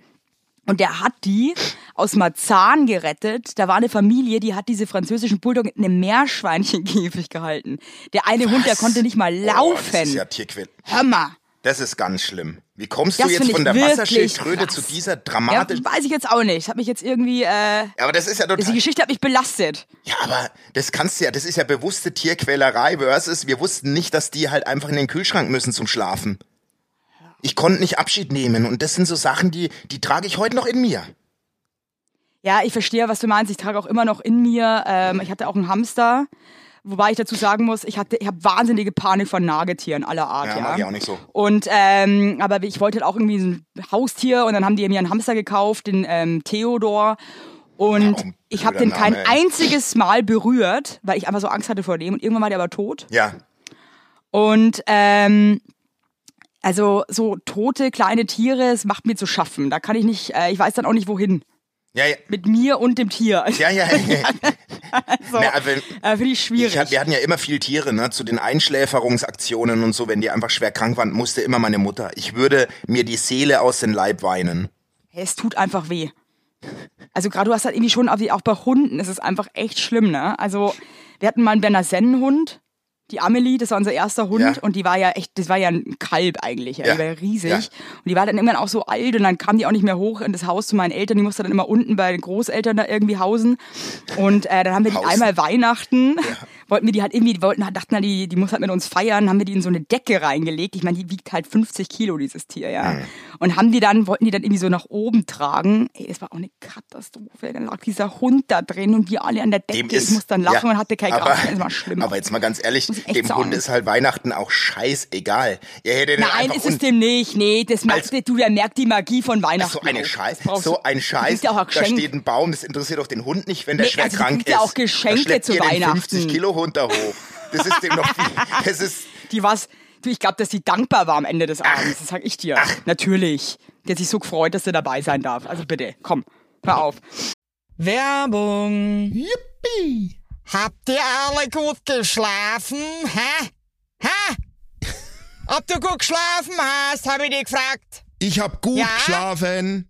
[SPEAKER 2] Und der hat die aus Marzahn gerettet. Da war eine Familie, die hat diese französischen Bulldoggen in einem Meerschweinchenkäfig gehalten. Der eine Hund, der konnte nicht
[SPEAKER 1] Oh,
[SPEAKER 2] mal
[SPEAKER 1] das ist
[SPEAKER 2] laufen.
[SPEAKER 1] ja Tierquäl.
[SPEAKER 2] Hör mal.
[SPEAKER 1] Das ist ganz schlimm. Wie kommst du
[SPEAKER 2] Das
[SPEAKER 1] jetzt
[SPEAKER 2] find
[SPEAKER 1] von
[SPEAKER 2] ich
[SPEAKER 1] der
[SPEAKER 2] wirklich
[SPEAKER 1] Wasserschildkröte
[SPEAKER 2] krass.
[SPEAKER 1] zu dieser
[SPEAKER 2] Ja,
[SPEAKER 1] dramatischen...
[SPEAKER 2] weiß ich jetzt auch nicht. Hat mich jetzt irgendwie, äh,
[SPEAKER 1] aber das ist ja
[SPEAKER 2] diese
[SPEAKER 1] total...
[SPEAKER 2] Geschichte hat mich belastet.
[SPEAKER 1] Ja, aber das kannst du ja, das ist ja bewusste Tierquälerei versus wir wussten nicht, dass die halt einfach in den Kühlschrank müssen zum Schlafen. Ich konnte nicht Abschied nehmen und das sind so Sachen, die, die trage ich heute noch in mir.
[SPEAKER 2] Ja, ich verstehe, was du meinst. Ich trage auch immer noch in mir. Ähm, ich hatte auch einen Hamster. Wobei ich dazu sagen muss, ich hatte, ich habe wahnsinnige Panik vor Nagetieren aller Art.
[SPEAKER 1] Ja,
[SPEAKER 2] Ja,
[SPEAKER 1] mag ich auch nicht so.
[SPEAKER 2] Und ähm, aber ich wollte halt auch irgendwie so ein Haustier und dann haben die mir einen Hamster gekauft, den ähm, Theodor. Und
[SPEAKER 1] Warum?
[SPEAKER 2] ich habe
[SPEAKER 1] Blöder
[SPEAKER 2] den kein
[SPEAKER 1] Name, ey.
[SPEAKER 2] einziges Mal berührt, weil ich einfach so Angst hatte vor dem. Und irgendwann war der aber tot.
[SPEAKER 1] Ja,
[SPEAKER 2] Und ähm, also so tote kleine Tiere, es macht mir zu schaffen. Da kann ich nicht, äh, ich weiß dann auch nicht wohin.
[SPEAKER 1] ja, ja,
[SPEAKER 2] Mit mir und dem Tier.
[SPEAKER 1] ja, ja. ja.
[SPEAKER 2] So.
[SPEAKER 1] Na, aber
[SPEAKER 2] Äh, Finde ich schwierig.
[SPEAKER 1] ich hat, wir hatten ja immer viel Tiere, ne? Zu den Einschläferungsaktionen und so, wenn die einfach schwer krank waren, musste immer meine Mutter. Ich würde mir die Seele aus den Leib weinen.
[SPEAKER 2] Hey, es tut einfach weh. Also gerade du hast halt irgendwie schon, auch auch bei Hunden ist es einfach echt schlimm, ne? Also wir hatten mal einen Berner Sennenhund, die Amelie, das war unser erster Hund
[SPEAKER 1] Ja.
[SPEAKER 2] und die war ja echt, das war ja ein Kalb eigentlich, ja.
[SPEAKER 1] Ja.
[SPEAKER 2] die war ja riesig
[SPEAKER 1] Ja.
[SPEAKER 2] und die war dann irgendwann auch so alt und dann kam die auch nicht mehr hoch in das Haus zu meinen Eltern, die musste dann immer unten bei den Großeltern da irgendwie hausen und äh, dann haben wir die
[SPEAKER 1] Hausen.
[SPEAKER 2] einmal Weihnachten, wollten wir die halt irgendwie, die wollten, dachten halt, die, die muss halt mit uns feiern, haben wir die in so eine Decke reingelegt, ich meine, die wiegt halt 50 Kilo, dieses Tier, ja.
[SPEAKER 1] Mhm.
[SPEAKER 2] Und haben die dann, wollten die dann irgendwie so nach oben tragen. Ey, das war auch eine Katastrophe. Dann lag dieser Hund da drin und wir alle an der Decke.
[SPEAKER 1] Dem
[SPEAKER 2] ich
[SPEAKER 1] ist,
[SPEAKER 2] musste dann lachen
[SPEAKER 1] ja,
[SPEAKER 2] und hatte keine
[SPEAKER 1] aber-
[SPEAKER 2] Kraft. mehr. Das war schlimm.
[SPEAKER 1] Aber jetzt mal ganz ehrlich,
[SPEAKER 2] Muss ich echt
[SPEAKER 1] dem
[SPEAKER 2] sagen.
[SPEAKER 1] Hund ist halt Weihnachten auch scheißegal. Er hätte den
[SPEAKER 2] Nein,
[SPEAKER 1] einfach
[SPEAKER 2] ist es
[SPEAKER 1] un-
[SPEAKER 2] dem nicht. Nee, das merkt, du, der merkt die Magie von Weihnachten.
[SPEAKER 1] So eine
[SPEAKER 2] auch.
[SPEAKER 1] Scheiß,
[SPEAKER 2] Das brauchst
[SPEAKER 1] so
[SPEAKER 2] du-
[SPEAKER 1] ein Scheiß.
[SPEAKER 2] kriegst ja auch ein
[SPEAKER 1] da
[SPEAKER 2] Geschenk.
[SPEAKER 1] steht ein Baum, das interessiert auch den Hund nicht, wenn der
[SPEAKER 2] Nee,
[SPEAKER 1] schwer
[SPEAKER 2] also du
[SPEAKER 1] krank
[SPEAKER 2] kriegst ja
[SPEAKER 1] ist.
[SPEAKER 2] auch Geschenke
[SPEAKER 1] da schleppt
[SPEAKER 2] zu
[SPEAKER 1] ihr den
[SPEAKER 2] Weihnachten.
[SPEAKER 1] 50 Kilo Hund da hoch. Das ist dem noch viel. Das ist
[SPEAKER 2] Die war's. Du, ich glaube, dass die dankbar war am Ende des Abends. Das sag ich dir. Natürlich. Die hat sich so gefreut, dass du dabei sein darf. Also bitte, komm, hör auf.
[SPEAKER 4] Werbung.
[SPEAKER 5] Yippie! Habt ihr alle gut geschlafen? Hä? Hä? Ob du gut geschlafen hast, habe ich dich gefragt.
[SPEAKER 3] Ich hab gut
[SPEAKER 5] Ja?
[SPEAKER 3] geschlafen.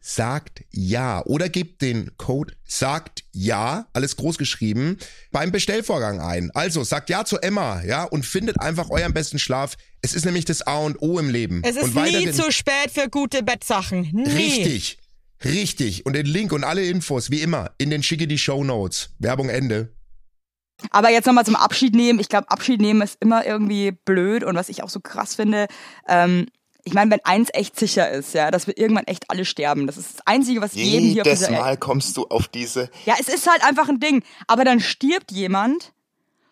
[SPEAKER 3] sagt ja oder gebt den Code sagt ja, alles groß geschrieben, beim Bestellvorgang ein. Also sagt ja zu Emma, ja, und findet einfach euren besten Schlaf. Es ist nämlich das A und O im Leben.
[SPEAKER 4] Es ist
[SPEAKER 3] und
[SPEAKER 4] nie
[SPEAKER 3] weiterhin-
[SPEAKER 4] zu spät für gute Bettsachen. Nie.
[SPEAKER 3] Richtig. Richtig. Und den Link und alle Infos, wie immer, in den schicke die Show Notes. Werbung Ende.
[SPEAKER 2] Aber jetzt nochmal zum Abschied nehmen. Ich glaube, Abschied nehmen ist immer irgendwie blöd. Und was ich auch so krass finde, ähm, ich meine, wenn eins echt sicher ist, ja, dass wir irgendwann echt alle sterben. Das ist das Einzige, was jeden hier auf
[SPEAKER 1] jedes
[SPEAKER 2] dieser Welt.
[SPEAKER 1] Mal kommst du auf diese.
[SPEAKER 2] Ja, es ist halt einfach ein Ding. Aber dann stirbt jemand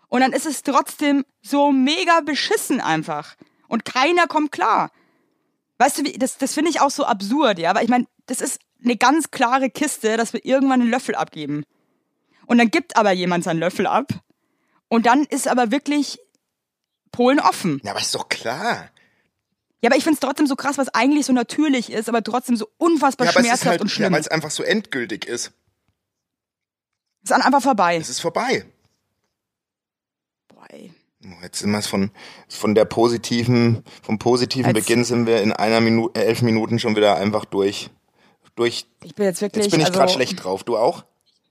[SPEAKER 2] und dann ist es trotzdem so mega beschissen einfach. Und keiner kommt klar. Weißt du, wie, das, das finde ich auch so absurd, ja. Aber ich meine, das ist eine ganz klare Kiste, dass wir irgendwann einen Löffel abgeben. Und dann gibt aber jemand seinen Löffel ab. Und dann ist aber wirklich Polen offen.
[SPEAKER 1] Na, aber ist doch klar.
[SPEAKER 2] Ja, aber ich finde es trotzdem so krass, was eigentlich so natürlich ist, aber trotzdem so unfassbar
[SPEAKER 1] Ja, aber es
[SPEAKER 2] schmerzhaft
[SPEAKER 1] ist halt,
[SPEAKER 2] und
[SPEAKER 1] ja,
[SPEAKER 2] schlimm.
[SPEAKER 1] weil es einfach so endgültig ist.
[SPEAKER 2] Ist dann einfach vorbei.
[SPEAKER 1] Es ist vorbei.
[SPEAKER 2] Boah, ey.
[SPEAKER 1] Oh, Jetzt sind wir von, von der positiven, vom positiven
[SPEAKER 2] Als-
[SPEAKER 1] Beginn sind wir in einer Minute, äh, elf Minuten schon wieder einfach durch. Durch.
[SPEAKER 2] Ich bin jetzt wirklich.
[SPEAKER 1] Jetzt bin ich
[SPEAKER 2] also,
[SPEAKER 1] grad gerade schlecht drauf. Du auch?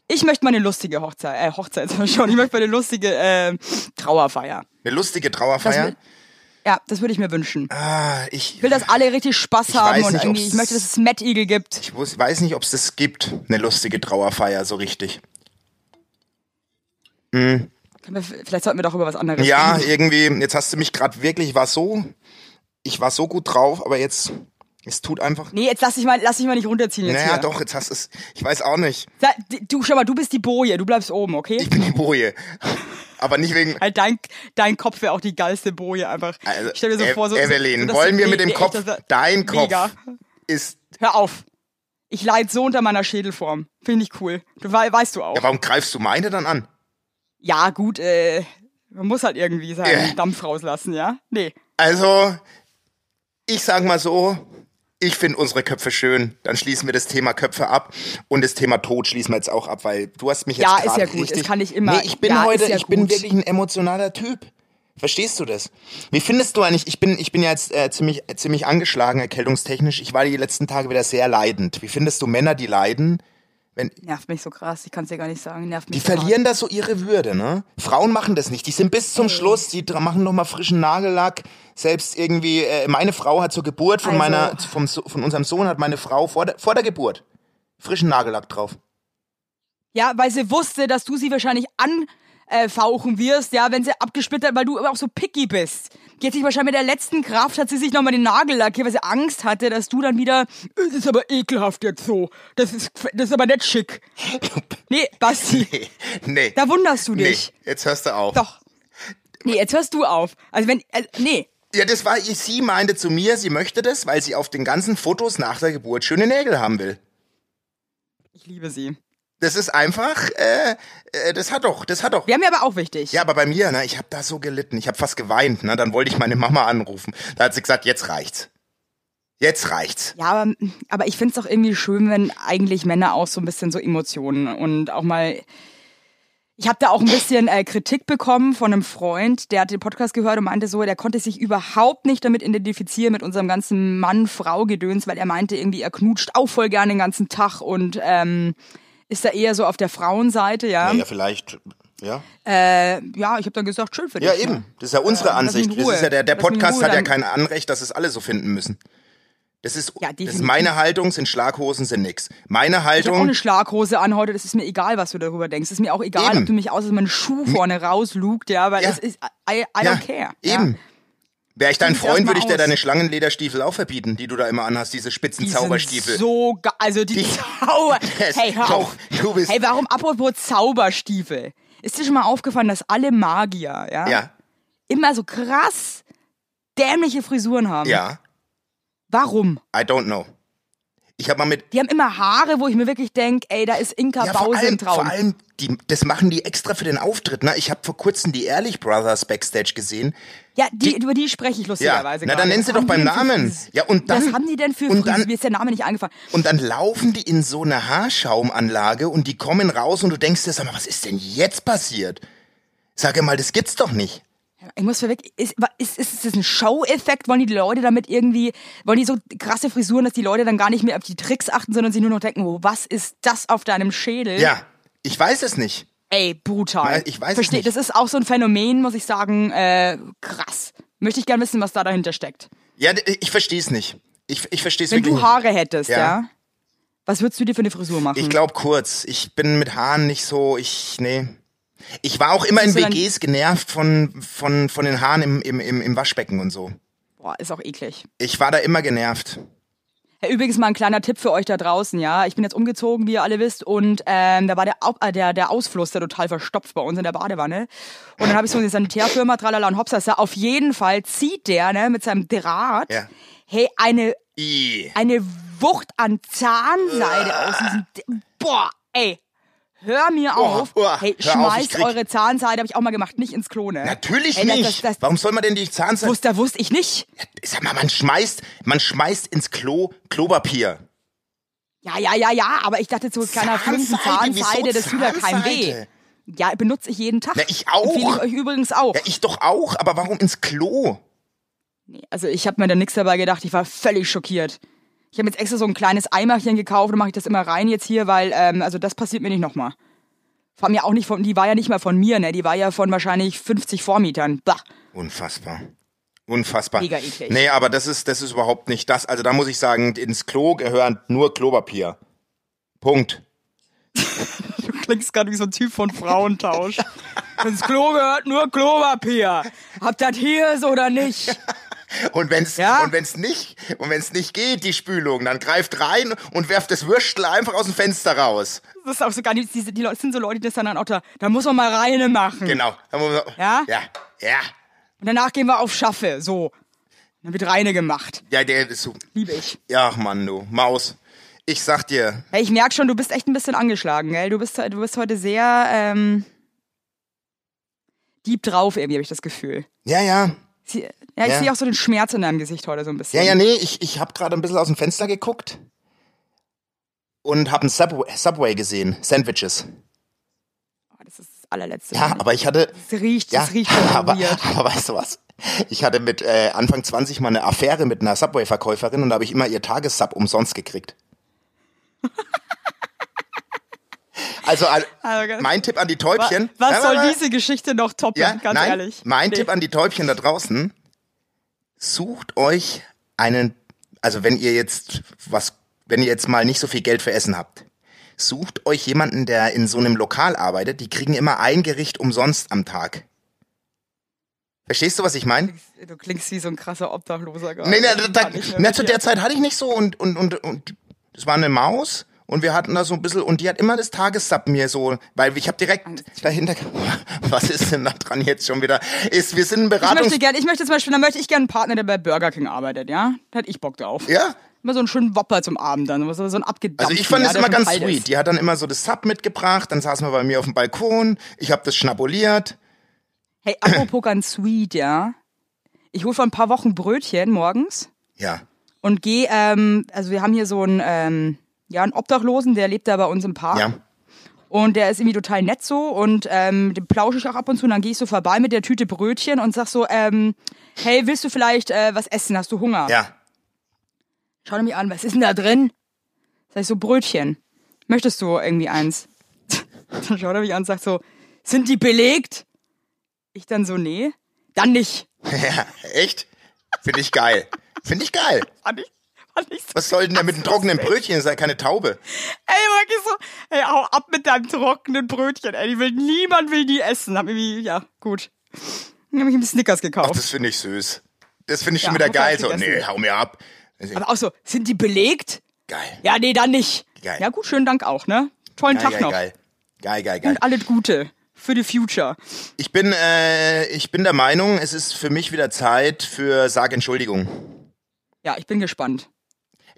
[SPEAKER 2] Ich möchte mal eine lustige Hochzeit, äh, Hochzeit sag ich schon. Ich möchte mal eine lustige äh, Trauerfeier.
[SPEAKER 1] Eine lustige
[SPEAKER 2] Das
[SPEAKER 1] Trauerfeier.
[SPEAKER 2] will- ja, das würde ich mir wünschen.
[SPEAKER 1] Ah, ich,
[SPEAKER 2] Ich will, dass alle richtig Spaß
[SPEAKER 1] Ich
[SPEAKER 2] haben
[SPEAKER 1] weiß
[SPEAKER 2] und
[SPEAKER 1] nicht,
[SPEAKER 2] irgendwie,
[SPEAKER 1] ob's-
[SPEAKER 2] ich möchte, dass es Mad Eagle gibt.
[SPEAKER 1] ich wus- weiß nicht, ob es das gibt. Eine lustige Trauerfeier, so richtig.
[SPEAKER 2] Können wir- Vielleicht sollten wir doch über was anderes
[SPEAKER 1] Ja,
[SPEAKER 2] reden.
[SPEAKER 1] irgendwie, jetzt hast du mich gerade wirklich, ich war so, ich war so gut drauf, aber jetzt, es tut einfach.
[SPEAKER 2] Nee, jetzt lass dich mal, lass dich mal nicht runterziehen jetzt
[SPEAKER 1] Naja,
[SPEAKER 2] hier.
[SPEAKER 1] doch, jetzt hast du es. Ich weiß auch nicht.
[SPEAKER 2] Sa- Du, schau mal, du bist die Boje, du bleibst oben, okay?
[SPEAKER 1] Ich bin die Boje. Aber nicht wegen.
[SPEAKER 2] Halt dein, dein Kopf wäre auch die geilste Boje einfach.
[SPEAKER 1] Also,
[SPEAKER 2] ich stell mir so
[SPEAKER 1] E-
[SPEAKER 2] vor, so.
[SPEAKER 1] Evelyn,
[SPEAKER 2] so, dass
[SPEAKER 1] wollen
[SPEAKER 2] du-
[SPEAKER 1] wir mit
[SPEAKER 2] nee,
[SPEAKER 1] dem
[SPEAKER 2] nee,
[SPEAKER 1] Kopf.
[SPEAKER 2] echt, das-
[SPEAKER 1] dein Kopf
[SPEAKER 2] Mega.
[SPEAKER 1] ist.
[SPEAKER 2] Hör auf. Ich leid so unter meiner Schädelform. Finde ich cool. Du, wei- weißt du auch.
[SPEAKER 1] Ja, warum greifst du meine dann an?
[SPEAKER 2] Ja, gut, äh, man muss halt irgendwie seinen
[SPEAKER 1] Äh.
[SPEAKER 2] Dampf rauslassen, ja? Nee.
[SPEAKER 1] Also, ich sag mal so, ich finde unsere Köpfe schön. Dann schließen wir das Thema Köpfe ab und das Thema Tod schließen wir jetzt auch ab, weil du hast mich jetzt
[SPEAKER 2] Ja,
[SPEAKER 1] gerade
[SPEAKER 2] ist ja gut,
[SPEAKER 1] richtig.
[SPEAKER 2] das kann ich immer-
[SPEAKER 1] Nee, ich bin
[SPEAKER 2] ja,
[SPEAKER 1] heute,
[SPEAKER 2] ist ja
[SPEAKER 1] ich bin
[SPEAKER 2] gut.
[SPEAKER 1] wirklich ein emotionaler Typ. Verstehst du das? Wie findest du eigentlich? Ich bin, ich bin ja jetzt äh, ziemlich, äh, ziemlich angeschlagen erkältungstechnisch. Ich war die letzten Tage wieder sehr leidend. Wie findest du Männer, die leiden?
[SPEAKER 2] Nervt mich so krass, ich kann es dir gar nicht sagen. Nervt mich
[SPEAKER 1] Die
[SPEAKER 2] so hart.
[SPEAKER 1] verlieren da so ihre Würde, ne? Frauen machen das nicht. Die sind bis zum Schluss, die dra- machen nochmal frischen Nagellack. Selbst irgendwie, äh, meine Frau hat zur Geburt von
[SPEAKER 2] Also-
[SPEAKER 1] meiner, vom, So- von unserem Sohn hat meine Frau vor der, vor der Geburt frischen Nagellack drauf.
[SPEAKER 2] Ja, weil sie wusste, dass du sie wahrscheinlich anfauchen wirst, ja, wenn sie abgesplittert, weil du immer auch so picky bist. Die hat sich wahrscheinlich mit der letzten Kraft, hat sie sich nochmal den Nagel lackiert, weil sie Angst hatte, dass du dann wieder, es ist aber ekelhaft jetzt so, das ist, das ist aber nicht schick. Nee, Basti,
[SPEAKER 1] Nee, nee.
[SPEAKER 2] da wunderst du
[SPEAKER 1] nee.
[SPEAKER 2] dich.
[SPEAKER 1] Jetzt hörst du auf.
[SPEAKER 2] Doch. Nee, jetzt hörst du auf. Also wenn, äh, nee,
[SPEAKER 1] Ja, das war, sie meinte zu mir, sie möchte das, weil sie auf den ganzen Fotos nach der Geburt schöne Nägel haben will.
[SPEAKER 2] ich liebe sie.
[SPEAKER 1] Das ist einfach, äh, äh, das hat doch, das hat doch
[SPEAKER 2] Wäre mir aber auch wichtig.
[SPEAKER 1] Ja, aber bei mir, ne, ich hab da so gelitten. Ich hab fast geweint, ne? Dann wollte ich meine Mama anrufen. Da hat sie gesagt, jetzt reicht's. Jetzt reicht's.
[SPEAKER 2] Ja, aber, aber ich find's doch irgendwie schön, wenn eigentlich Männer auch so ein bisschen so Emotionen und auch mal. Ich habe da auch ein bisschen äh, Kritik bekommen von einem Freund, der hat den Podcast gehört und meinte so, der konnte sich überhaupt nicht damit identifizieren mit unserem ganzen Mann-Frau-Gedöns, weil er meinte irgendwie, er knutscht auch voll gern den ganzen Tag und ähm, ist da eher so auf der Frauenseite, ja.
[SPEAKER 1] Ja, vielleicht, ja.
[SPEAKER 2] Äh, ja, ich habe dann gesagt, schön für dich.
[SPEAKER 1] Ja,
[SPEAKER 2] ne?
[SPEAKER 1] eben. Das ist ja unsere
[SPEAKER 2] lass mich in
[SPEAKER 1] Ansicht. Das
[SPEAKER 2] Ruhe.
[SPEAKER 1] ist ja der, der
[SPEAKER 2] Lass mich in
[SPEAKER 1] Podcast
[SPEAKER 2] Ruhe,
[SPEAKER 1] hat ja
[SPEAKER 2] dann-
[SPEAKER 1] kein Anrecht, dass es alle so finden müssen. Das ist, das
[SPEAKER 2] Ja,
[SPEAKER 1] ist
[SPEAKER 2] definitiv.
[SPEAKER 1] meine Haltung, sind Schlaghosen, sind nix. Meine
[SPEAKER 2] Ich habe auch
[SPEAKER 1] Haltung,
[SPEAKER 2] eine Schlaghose an heute, das ist mir egal, was du darüber denkst. Ist mir auch egal,
[SPEAKER 1] Eben. Hm.
[SPEAKER 2] ob du mich aus meinem Schuh vorne rauslugt, ja, weil
[SPEAKER 1] Ja.
[SPEAKER 2] es ist, I, I
[SPEAKER 1] ja,
[SPEAKER 2] don't care.
[SPEAKER 1] eben. Wäre ich dein
[SPEAKER 2] Find's
[SPEAKER 1] Freund, würde ich dir
[SPEAKER 2] erst mal aus.
[SPEAKER 1] deine Schlangenlederstiefel auch verbieten, die du da immer anhast, diese spitzen
[SPEAKER 2] Die
[SPEAKER 1] Zauberstiefel.
[SPEAKER 2] Sind so ge- also die,
[SPEAKER 1] Die-
[SPEAKER 2] Zauber.
[SPEAKER 1] Yes,
[SPEAKER 2] Hey, hör
[SPEAKER 1] doch,
[SPEAKER 2] auf.
[SPEAKER 1] du bist-
[SPEAKER 2] hey, warum apropos Zauberstiefel? Ist dir schon mal aufgefallen, dass alle Magier, ja,
[SPEAKER 1] ja,
[SPEAKER 2] immer so krass dämliche Frisuren haben?
[SPEAKER 1] ja.
[SPEAKER 2] Warum?
[SPEAKER 1] I don't know. Ich habe mal mit,
[SPEAKER 2] Die haben immer Haare, wo ich mir wirklich denke, ey, da ist Inka
[SPEAKER 1] vor
[SPEAKER 2] Bause
[SPEAKER 1] allem,
[SPEAKER 2] im Traum.
[SPEAKER 1] Vor allem, die, das machen die extra für den Auftritt. Ne? Ich habe vor kurzem die Ehrlich Brothers Backstage gesehen.
[SPEAKER 2] ja, die,
[SPEAKER 1] die-
[SPEAKER 2] über die spreche ich
[SPEAKER 1] Ja,
[SPEAKER 2] lustigerweise.
[SPEAKER 1] na
[SPEAKER 2] gerade.
[SPEAKER 1] dann nennen sie
[SPEAKER 2] Was
[SPEAKER 1] doch
[SPEAKER 2] haben die
[SPEAKER 1] beim
[SPEAKER 2] denn für
[SPEAKER 1] Namen.
[SPEAKER 2] Fris-
[SPEAKER 1] Ja, und dann,
[SPEAKER 2] Was haben die denn für
[SPEAKER 1] und dann,
[SPEAKER 2] Frisuren? Mir ist der Name nicht eingefallen.
[SPEAKER 1] und dann laufen die in so eine Haarschaumanlage und die kommen raus und du denkst dir, sag mal, was ist denn jetzt passiert? Sag mal, das gibt's doch nicht.
[SPEAKER 2] Ich muss verweg. Ist, wa- ist, ist, ist das ein Show-Effekt? Wollen die Leute damit irgendwie, wollen die so krasse Frisuren, dass die Leute dann gar nicht mehr auf die Tricks achten, sondern sich nur noch denken, oh, was ist das auf deinem Schädel?
[SPEAKER 1] Ja, ich weiß es nicht.
[SPEAKER 2] Ey, brutal.
[SPEAKER 1] Nein, ich weiß es
[SPEAKER 2] Versteh,
[SPEAKER 1] nicht.
[SPEAKER 2] Das ist auch so ein Phänomen, muss ich sagen, äh, krass. Möchte ich gern wissen, was da dahinter steckt.
[SPEAKER 1] Ja, d- ich verstehe es nicht. Ich, ich verstehe es
[SPEAKER 2] Wenn
[SPEAKER 1] wirklich
[SPEAKER 2] du Haare hättest,
[SPEAKER 1] Ja.
[SPEAKER 2] ja. was würdest du dir für eine Frisur machen?
[SPEAKER 1] Ich glaube kurz. Ich bin mit Haaren nicht so, ich, nee. Ich war auch immer in
[SPEAKER 2] Bist du dann-
[SPEAKER 1] WGs genervt von, von, von den Haaren im, im, im, im Waschbecken und so.
[SPEAKER 2] Boah, ist auch eklig.
[SPEAKER 1] Ich war da immer genervt.
[SPEAKER 2] Ja, Übrigens mal ein kleiner Tipp für euch da draußen, ja. Ich bin jetzt umgezogen, wie ihr alle wisst, und ähm, da war der, Au- äh, der, der Ausfluss der total verstopft bei uns in der Badewanne. Und dann habe ich so eine Sanitärfirma, tralala und hopsasa. Auf jeden Fall zieht der ne, mit seinem Draht,
[SPEAKER 1] Ja.
[SPEAKER 2] hey, eine,
[SPEAKER 1] I.
[SPEAKER 2] eine Wucht an
[SPEAKER 1] Ah.
[SPEAKER 2] Zahnseide aus diesem. D- Boah, ey. Hör mir auf.
[SPEAKER 1] boah,
[SPEAKER 2] hey,
[SPEAKER 1] hör auf, ich
[SPEAKER 2] schmeißt
[SPEAKER 1] krieg-
[SPEAKER 2] eure Zahnseide, habe ich auch mal gemacht, nicht ins Klo, ne?
[SPEAKER 1] Natürlich
[SPEAKER 2] Ey,
[SPEAKER 1] nicht.
[SPEAKER 2] Das, das, das
[SPEAKER 1] Warum soll man denn die Zahnseide?
[SPEAKER 2] wusste, wusste ich nicht.
[SPEAKER 1] Sag mal, man schmeißt, man schmeißt ins Klo Klopapier.
[SPEAKER 2] Ja, ja, ja, ja, aber ich dachte so, kleiner Fünfen
[SPEAKER 1] Zahnseide, wieso
[SPEAKER 2] Zahnseide, das tut ja kein Weh.
[SPEAKER 1] Zahnseide?
[SPEAKER 2] Ja, benutze ich jeden Tag.
[SPEAKER 1] Na, ich auch.
[SPEAKER 2] Empfehle ich euch übrigens auch.
[SPEAKER 1] Ja, ich doch auch, aber warum ins Klo?
[SPEAKER 2] Nee, also ich habe mir da nichts dabei gedacht, ich war völlig schockiert. Ich habe jetzt extra so ein kleines Eimerchen gekauft und mache ich das immer rein jetzt hier, weil, ähm, also das passiert mir nicht nochmal. Vor allem ja auch nicht von, die war ja nicht mal von mir, ne? Die war ja von wahrscheinlich 50 Vormietern. Bah.
[SPEAKER 1] Unfassbar. Unfassbar.
[SPEAKER 2] Mega eklig.
[SPEAKER 1] Nee, aber das ist, das ist überhaupt nicht das. Also da muss ich sagen, ins Klo gehören nur Klopapier. Punkt.
[SPEAKER 2] Du klingst gerade wie so ein Typ von Frauentausch. Ins Klo gehört nur Klopapier. Habt das hier so oder nicht?
[SPEAKER 1] Und wenn's,
[SPEAKER 2] Ja?
[SPEAKER 1] und wenn's nicht, und wenn's nicht geht, die Spülung, dann greift rein und werft das Würstel einfach aus dem Fenster raus.
[SPEAKER 2] Das ist auch so gar nicht, diese, die Leute sind so Leute, die das dann an Otter, da muss man mal reine machen.
[SPEAKER 1] Genau. Dann muss man-
[SPEAKER 2] Hm. Ja?
[SPEAKER 1] Ja. Ja.
[SPEAKER 2] Und danach gehen wir auf Schaffe, so. Dann wird reine gemacht.
[SPEAKER 1] Ja, der ist so.
[SPEAKER 2] Liebe ich.
[SPEAKER 1] Ja, Mann, du. Maus. Ich sag dir,
[SPEAKER 2] Hey, ich merke schon, du bist echt ein bisschen angeschlagen, gell? Du bist, du bist heute sehr, ähm, deep drauf irgendwie, habe ich das Gefühl.
[SPEAKER 1] ja, ja,
[SPEAKER 2] Sie, ja, ich
[SPEAKER 1] Ja.
[SPEAKER 2] sehe auch so den Schmerz in deinem Gesicht heute so ein bisschen.
[SPEAKER 1] Ja, ja, nee, ich, ich hab gerade ein bisschen aus dem Fenster geguckt und hab ein Subway, Subway gesehen, Sandwiches.
[SPEAKER 2] Oh, das ist das allerletzte.
[SPEAKER 1] Ja, aber ich hatte,
[SPEAKER 2] das riecht,
[SPEAKER 1] ja,
[SPEAKER 2] das riecht schon
[SPEAKER 1] aber,
[SPEAKER 2] weird.
[SPEAKER 1] aber weißt du was? Ich hatte mit äh, Anfang 20 mal eine Affäre mit einer Subway-Verkäuferin und da habe ich immer ihr Tagessub umsonst gekriegt. Also, al-
[SPEAKER 2] Also, ganz-
[SPEAKER 1] mein Tipp an die Täubchen.
[SPEAKER 2] Was
[SPEAKER 1] Nein,
[SPEAKER 2] soll
[SPEAKER 1] nein, nein.
[SPEAKER 2] diese Geschichte noch toppen,
[SPEAKER 1] Ja,
[SPEAKER 2] ganz
[SPEAKER 1] nein,
[SPEAKER 2] ehrlich?
[SPEAKER 1] Mein
[SPEAKER 2] Nee.
[SPEAKER 1] Tipp an die Täubchen da draußen: Sucht euch einen, also wenn ihr jetzt was, wenn ihr jetzt mal nicht so viel Geld für Essen habt, sucht euch jemanden, der in so einem Lokal arbeitet. Die kriegen immer ein Gericht umsonst am Tag. Verstehst du, was ich meine?
[SPEAKER 2] Du klingst wie so ein krasser Obdachloser gerade.
[SPEAKER 1] Nee, nee,
[SPEAKER 2] Das
[SPEAKER 1] da,
[SPEAKER 2] kann ich mir
[SPEAKER 1] na, zu
[SPEAKER 2] wirklich-
[SPEAKER 1] der Zeit hatte ich nicht so und und und und es war eine Maus und wir hatten da so ein bisschen und die hat immer das Tagessub mir so, weil ich habe direkt dahinter was ist denn da dran jetzt schon wieder? Ist wir sind ein
[SPEAKER 2] Ich
[SPEAKER 1] Beratungs
[SPEAKER 2] möchte gerne, ich möchte zum Beispiel, dann möchte ich gerne einen Partner, der bei Burger King arbeitet, ja? Da hätte ich Bock drauf.
[SPEAKER 1] Ja?
[SPEAKER 2] Immer so einen schönen Wopper zum Abend dann, so so ein abgedampften.
[SPEAKER 1] Also ich fand
[SPEAKER 2] ja,
[SPEAKER 1] es
[SPEAKER 2] der
[SPEAKER 1] immer
[SPEAKER 2] schon
[SPEAKER 1] ganz
[SPEAKER 2] kalt
[SPEAKER 1] sweet.
[SPEAKER 2] Ist.
[SPEAKER 1] Die hat dann immer so das Sub mitgebracht, dann saß man bei mir auf dem Balkon, ich habe das schnabuliert.
[SPEAKER 2] Hey, apropos ganz sweet, ja? Ich hole vor ein paar Wochen Brötchen morgens
[SPEAKER 1] Ja.
[SPEAKER 2] und gehe, ähm, also wir haben hier so einen, ähm, ja, einen Obdachlosen, der lebt da bei uns im Park.
[SPEAKER 1] Ja.
[SPEAKER 2] Und der ist irgendwie total nett so und ähm, dem plausche ich auch ab und zu. Und dann gehe ich so vorbei mit der Tüte Brötchen und sag so, ähm, hey, willst du vielleicht äh, was essen? Hast du Hunger?
[SPEAKER 1] Ja.
[SPEAKER 2] Schaut er mich an, was ist denn da drin? Sag ich so, Brötchen. Möchtest du irgendwie eins? Dann schaut er mich an und sagt so, sind die belegt? Ich dann so, nee. Dann nicht.
[SPEAKER 1] ja. Echt? Finde ich geil. Finde ich geil.
[SPEAKER 2] Fand ich, fand ich so.
[SPEAKER 1] Was soll denn da mit einem trockenen Brötchen? Das ist ja keine Taube.
[SPEAKER 2] Ey, wirklich so, ey, hau ab mit deinem trockenen Brötchen. Ey, die will, niemand will die essen. Hab irgendwie, ja, gut. Dann hab ich ihm Snickers
[SPEAKER 1] Ach,
[SPEAKER 2] gekauft.
[SPEAKER 1] das finde ich süß. Das finde ich schon
[SPEAKER 2] Ja,
[SPEAKER 1] wieder
[SPEAKER 2] hab ich auch
[SPEAKER 1] geil. So,
[SPEAKER 2] gegessen.
[SPEAKER 1] nee, hau mir ab. Also,
[SPEAKER 2] Aber auch so, sind die belegt?
[SPEAKER 1] geil.
[SPEAKER 2] Ja, nee, dann nicht.
[SPEAKER 1] Geil.
[SPEAKER 2] Ja, gut, schönen Dank auch, ne? Tollen
[SPEAKER 1] Geil,
[SPEAKER 2] Tag
[SPEAKER 1] geil,
[SPEAKER 2] noch.
[SPEAKER 1] geil. Geil, geil, geil.
[SPEAKER 2] Und alles Gute für die Future.
[SPEAKER 1] Ich bin, äh, ich bin der Meinung, es ist für mich wieder Zeit für Sag Entschuldigung.
[SPEAKER 2] Ja, ich bin gespannt.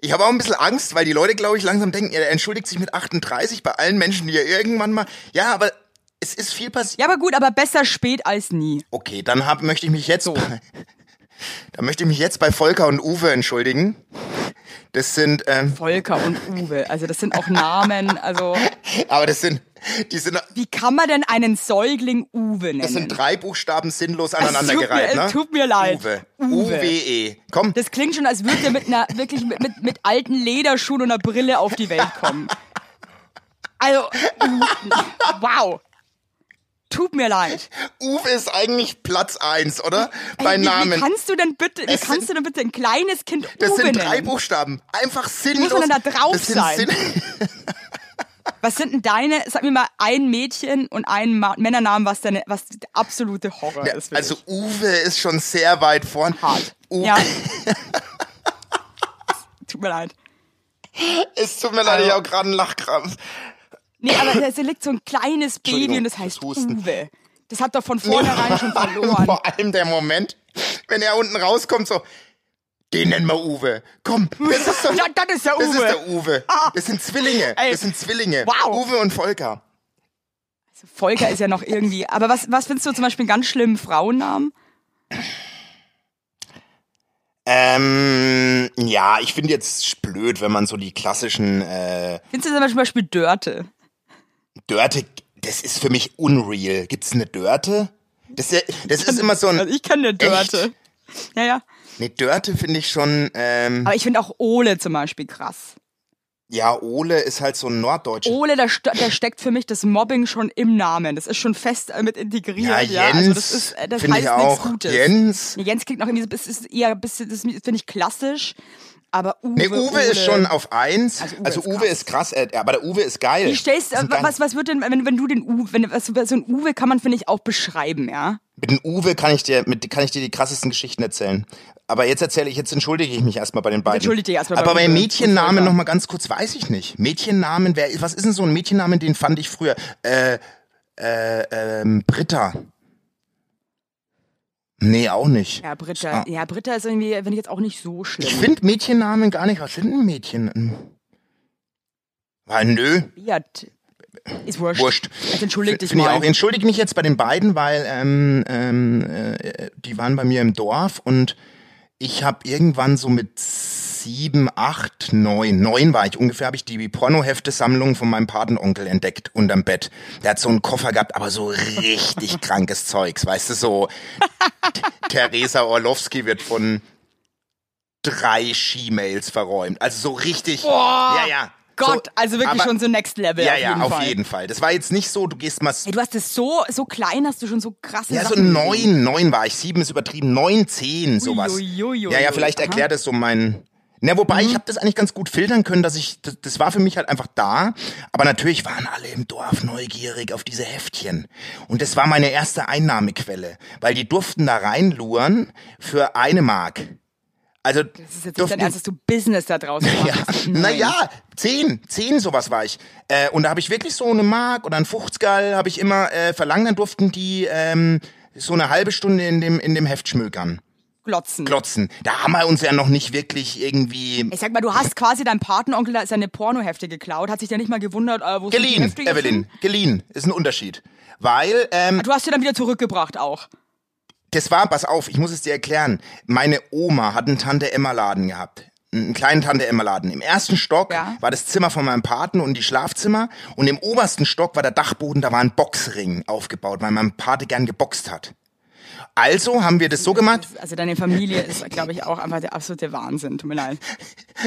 [SPEAKER 1] Ich habe auch ein bisschen Angst, weil die Leute, glaube ich, langsam denken, er entschuldigt sich mit 38 bei allen Menschen, die er irgendwann mal. Ja, aber es ist viel passiert.
[SPEAKER 2] Ja, aber gut, aber besser spät als nie.
[SPEAKER 1] Okay, dann hab, möchte ich mich jetzt. dann möchte ich mich jetzt bei Volker und Uwe entschuldigen. Das sind, ähm,
[SPEAKER 2] Volker und Uwe, also das sind auch Namen, also
[SPEAKER 1] aber das sind, die sind,
[SPEAKER 2] wie kann man denn einen Säugling Uwe nennen?
[SPEAKER 1] das sind drei Buchstaben sinnlos
[SPEAKER 2] tut
[SPEAKER 1] aneinandergereiht,
[SPEAKER 2] mir-
[SPEAKER 1] ne?
[SPEAKER 2] es tut mir leid.
[SPEAKER 1] Uwe.
[SPEAKER 2] Uwe.
[SPEAKER 1] Uwe. Komm,
[SPEAKER 2] das klingt schon, als würde der mit einer wirklich mit, mit, mit alten Lederschuhen und einer Brille auf die Welt kommen. Also wow. Tut mir leid.
[SPEAKER 1] Uwe ist eigentlich Platz eins, oder? bei
[SPEAKER 2] wie, Wie
[SPEAKER 1] Namen.
[SPEAKER 2] kannst du denn bitte, wie
[SPEAKER 1] Es
[SPEAKER 2] kannst du denn bitte ein kleines Kind
[SPEAKER 1] Das
[SPEAKER 2] Uwe
[SPEAKER 1] sind drei
[SPEAKER 2] nennen?
[SPEAKER 1] Buchstaben. Einfach sinnlos.
[SPEAKER 2] man denn da drauf
[SPEAKER 1] das sind
[SPEAKER 2] sein?
[SPEAKER 1] Sinn
[SPEAKER 2] Was sind denn deine, sag mir mal, ein Mädchen und ein Ma Männernamen, was deine, was der absolute Horror
[SPEAKER 1] Ja,
[SPEAKER 2] ist. für
[SPEAKER 1] also Uwe ist schon sehr weit vorn.
[SPEAKER 2] Hart.
[SPEAKER 1] Uwe,
[SPEAKER 2] Ja. Tut mir leid.
[SPEAKER 1] Es tut mir leid, ich
[SPEAKER 2] Also-
[SPEAKER 1] habe gerade einen Lachkrampf.
[SPEAKER 2] Nee, aber da liegt so ein kleines Baby
[SPEAKER 1] Entschuldigung,
[SPEAKER 2] und das heißt
[SPEAKER 1] das Husten.
[SPEAKER 2] Uwe. Das hat doch von vornherein schon verloren.
[SPEAKER 1] Vor allem der Moment, wenn er unten rauskommt, so, den nennen wir Uwe. Komm, das ist, doch,
[SPEAKER 2] Ja, das ist der
[SPEAKER 1] Das
[SPEAKER 2] Uwe.
[SPEAKER 1] ist der Uwe.
[SPEAKER 2] Ah.
[SPEAKER 1] Das sind Zwillinge.
[SPEAKER 2] Ey.
[SPEAKER 1] Das sind Zwillinge.
[SPEAKER 2] Wow.
[SPEAKER 1] Uwe und Volker.
[SPEAKER 2] Volker ist ja noch irgendwie. Aber was, was findest du zum Beispiel einen ganz schlimmen Frauennamen?
[SPEAKER 1] Ähm, ja, ich finde jetzt blöd, wenn man so die klassischen äh,
[SPEAKER 2] Findest du das zum Beispiel Dörte?
[SPEAKER 1] Dörte, das ist für mich unreal. Gibt's eine Dörte? Das, ist- das ist immer so ein.
[SPEAKER 2] Also ich kenne eine Dörte. Ja, ja.
[SPEAKER 1] Nee, Dörte finde ich schon. Ähm,
[SPEAKER 2] Aber ich finde auch Ole zum Beispiel krass.
[SPEAKER 1] ja, Ole ist halt so ein norddeutscher.
[SPEAKER 2] Ole, da, st da steckt für mich das Mobbing schon im Namen. Das ist schon fest äh, mit integriert.
[SPEAKER 1] ja,
[SPEAKER 2] Ja,
[SPEAKER 1] Jens.
[SPEAKER 2] Also das ist, äh, das
[SPEAKER 1] finde
[SPEAKER 2] heißt
[SPEAKER 1] ich
[SPEAKER 2] nichts
[SPEAKER 1] auch.
[SPEAKER 2] Gutes.
[SPEAKER 1] Jens.
[SPEAKER 2] Nee, Jens klingt noch irgendwie, es ist eher ein bisschen, das finde ich klassisch. Aber Uwe.
[SPEAKER 1] Nee, Uwe, ist schon auf eins.
[SPEAKER 2] Also
[SPEAKER 1] Also
[SPEAKER 2] Uwe
[SPEAKER 1] Uwe,
[SPEAKER 2] ist
[SPEAKER 1] ist krass, äh, aber der Uwe ist geil.
[SPEAKER 2] Wie stellst,
[SPEAKER 1] Das
[SPEAKER 2] äh,
[SPEAKER 1] ist ein
[SPEAKER 2] was, was wird denn, wenn, wenn du den Uwe, wenn, was, so ein Uwe kann man, finde ich, auch beschreiben, ja?
[SPEAKER 1] Mit dem Uwe kann ich dir, mit, kann ich dir die krassesten Geschichten erzählen. Aber jetzt erzähle ich, jetzt entschuldige ich mich erstmal bei den beiden.
[SPEAKER 2] Entschuldige dich erstmal bei
[SPEAKER 1] Aber bei
[SPEAKER 2] Uwe.
[SPEAKER 1] Mädchennamen
[SPEAKER 2] Unfassbar.
[SPEAKER 1] nochmal ganz kurz, weiß ich nicht. Mädchennamen, wer, was ist denn so ein Mädchennamen, den fand ich früher? Äh, äh, ähm, Britta. Nee, auch nicht.
[SPEAKER 2] Ja, Britta. Ja, Britta ist irgendwie, wenn ich jetzt auch nicht so
[SPEAKER 1] Ich
[SPEAKER 2] schlimm.
[SPEAKER 1] finde Mädchennamen gar nicht. Was sind denn Mädchen? Weil nö,
[SPEAKER 2] Fiat. Ist wurscht.
[SPEAKER 1] wurscht.
[SPEAKER 2] Also entschuldige dich
[SPEAKER 1] Finde ich
[SPEAKER 2] mal.
[SPEAKER 1] auch. Entschuldige mich jetzt bei den beiden, weil ähm, ähm, äh, die waren bei mir im Dorf und ich habe irgendwann so mit sieben, acht, neun, neun war ich ungefähr, habe ich die Pornohefte-Sammlung von meinem Patenonkel entdeckt unterm Bett. Der hat so einen Koffer gehabt, aber so richtig krankes Zeugs, weißt du, so Theresa Orlowski wird von drei She-Mails verräumt. Also so richtig.
[SPEAKER 2] Boah,
[SPEAKER 1] ja, ja.
[SPEAKER 2] Gott,
[SPEAKER 1] so,
[SPEAKER 2] also wirklich
[SPEAKER 1] aber-
[SPEAKER 2] schon so Next Level.
[SPEAKER 1] Ja,
[SPEAKER 2] auf
[SPEAKER 1] ja,
[SPEAKER 2] jeden
[SPEAKER 1] auf
[SPEAKER 2] Fall.
[SPEAKER 1] jeden Fall. Das war jetzt nicht so, du gehst mal
[SPEAKER 2] Ey, du hast das so, so klein, hast du schon so krasse
[SPEAKER 1] Ja, so
[SPEAKER 2] Sachen gesehen.
[SPEAKER 1] neun, neun war ich. Sieben ist übertrieben. Neun, zehn, sowas.
[SPEAKER 2] Uiuiui.
[SPEAKER 1] ja, ja, vielleicht
[SPEAKER 2] Aha. Mhm.
[SPEAKER 1] erklärt es so mein. Na, wobei, ich habe das eigentlich ganz gut filtern können, dass ich, das, das war für mich halt einfach da. Aber natürlich waren alle im Dorf neugierig auf diese Heftchen. Und das war meine erste Einnahmequelle. Weil die durften da reinluren für eine Mark. Also,
[SPEAKER 2] Das ist jetzt nicht dein Ernst, dass du Business da draußen
[SPEAKER 1] ja,
[SPEAKER 2] machst. Nein.
[SPEAKER 1] naja, zehn, zehn sowas war ich. Äh, und da habe ich wirklich so eine Mark oder einen 50 habe ich immer äh, verlangt, dann durften die ähm, so eine halbe Stunde in dem, in dem Heft schmökern,
[SPEAKER 2] Glotzen.
[SPEAKER 1] glotzen. Da haben wir uns ja noch nicht wirklich irgendwie
[SPEAKER 2] Ich sag mal, du hast quasi deinem Patenonkel da seine Pornohefte geklaut, hat sich ja nicht mal gewundert, äh, wo sind die
[SPEAKER 1] geliehen,
[SPEAKER 2] Hefte jetzt
[SPEAKER 1] Evelyn,
[SPEAKER 2] hin? Ah,
[SPEAKER 1] geliehen, ist ein Unterschied. Weil, ähm,
[SPEAKER 2] Du hast sie dann wieder zurückgebracht auch.
[SPEAKER 1] das war, pass auf, ich muss es dir erklären. Meine Oma hat einen Tante-Emma-Laden gehabt. Einen kleinen Tante-Emma-Laden. Im ersten Stock
[SPEAKER 2] Ja.
[SPEAKER 1] war das Zimmer von meinem Paten und die Schlafzimmer. Und im obersten Stock war der Dachboden, da war ein Boxring aufgebaut, weil mein Pate gern geboxt hat. Also haben wir das so gemacht.
[SPEAKER 2] Also deine Familie ist, glaube ich, auch einfach der absolute Wahnsinn. Tut mir leid.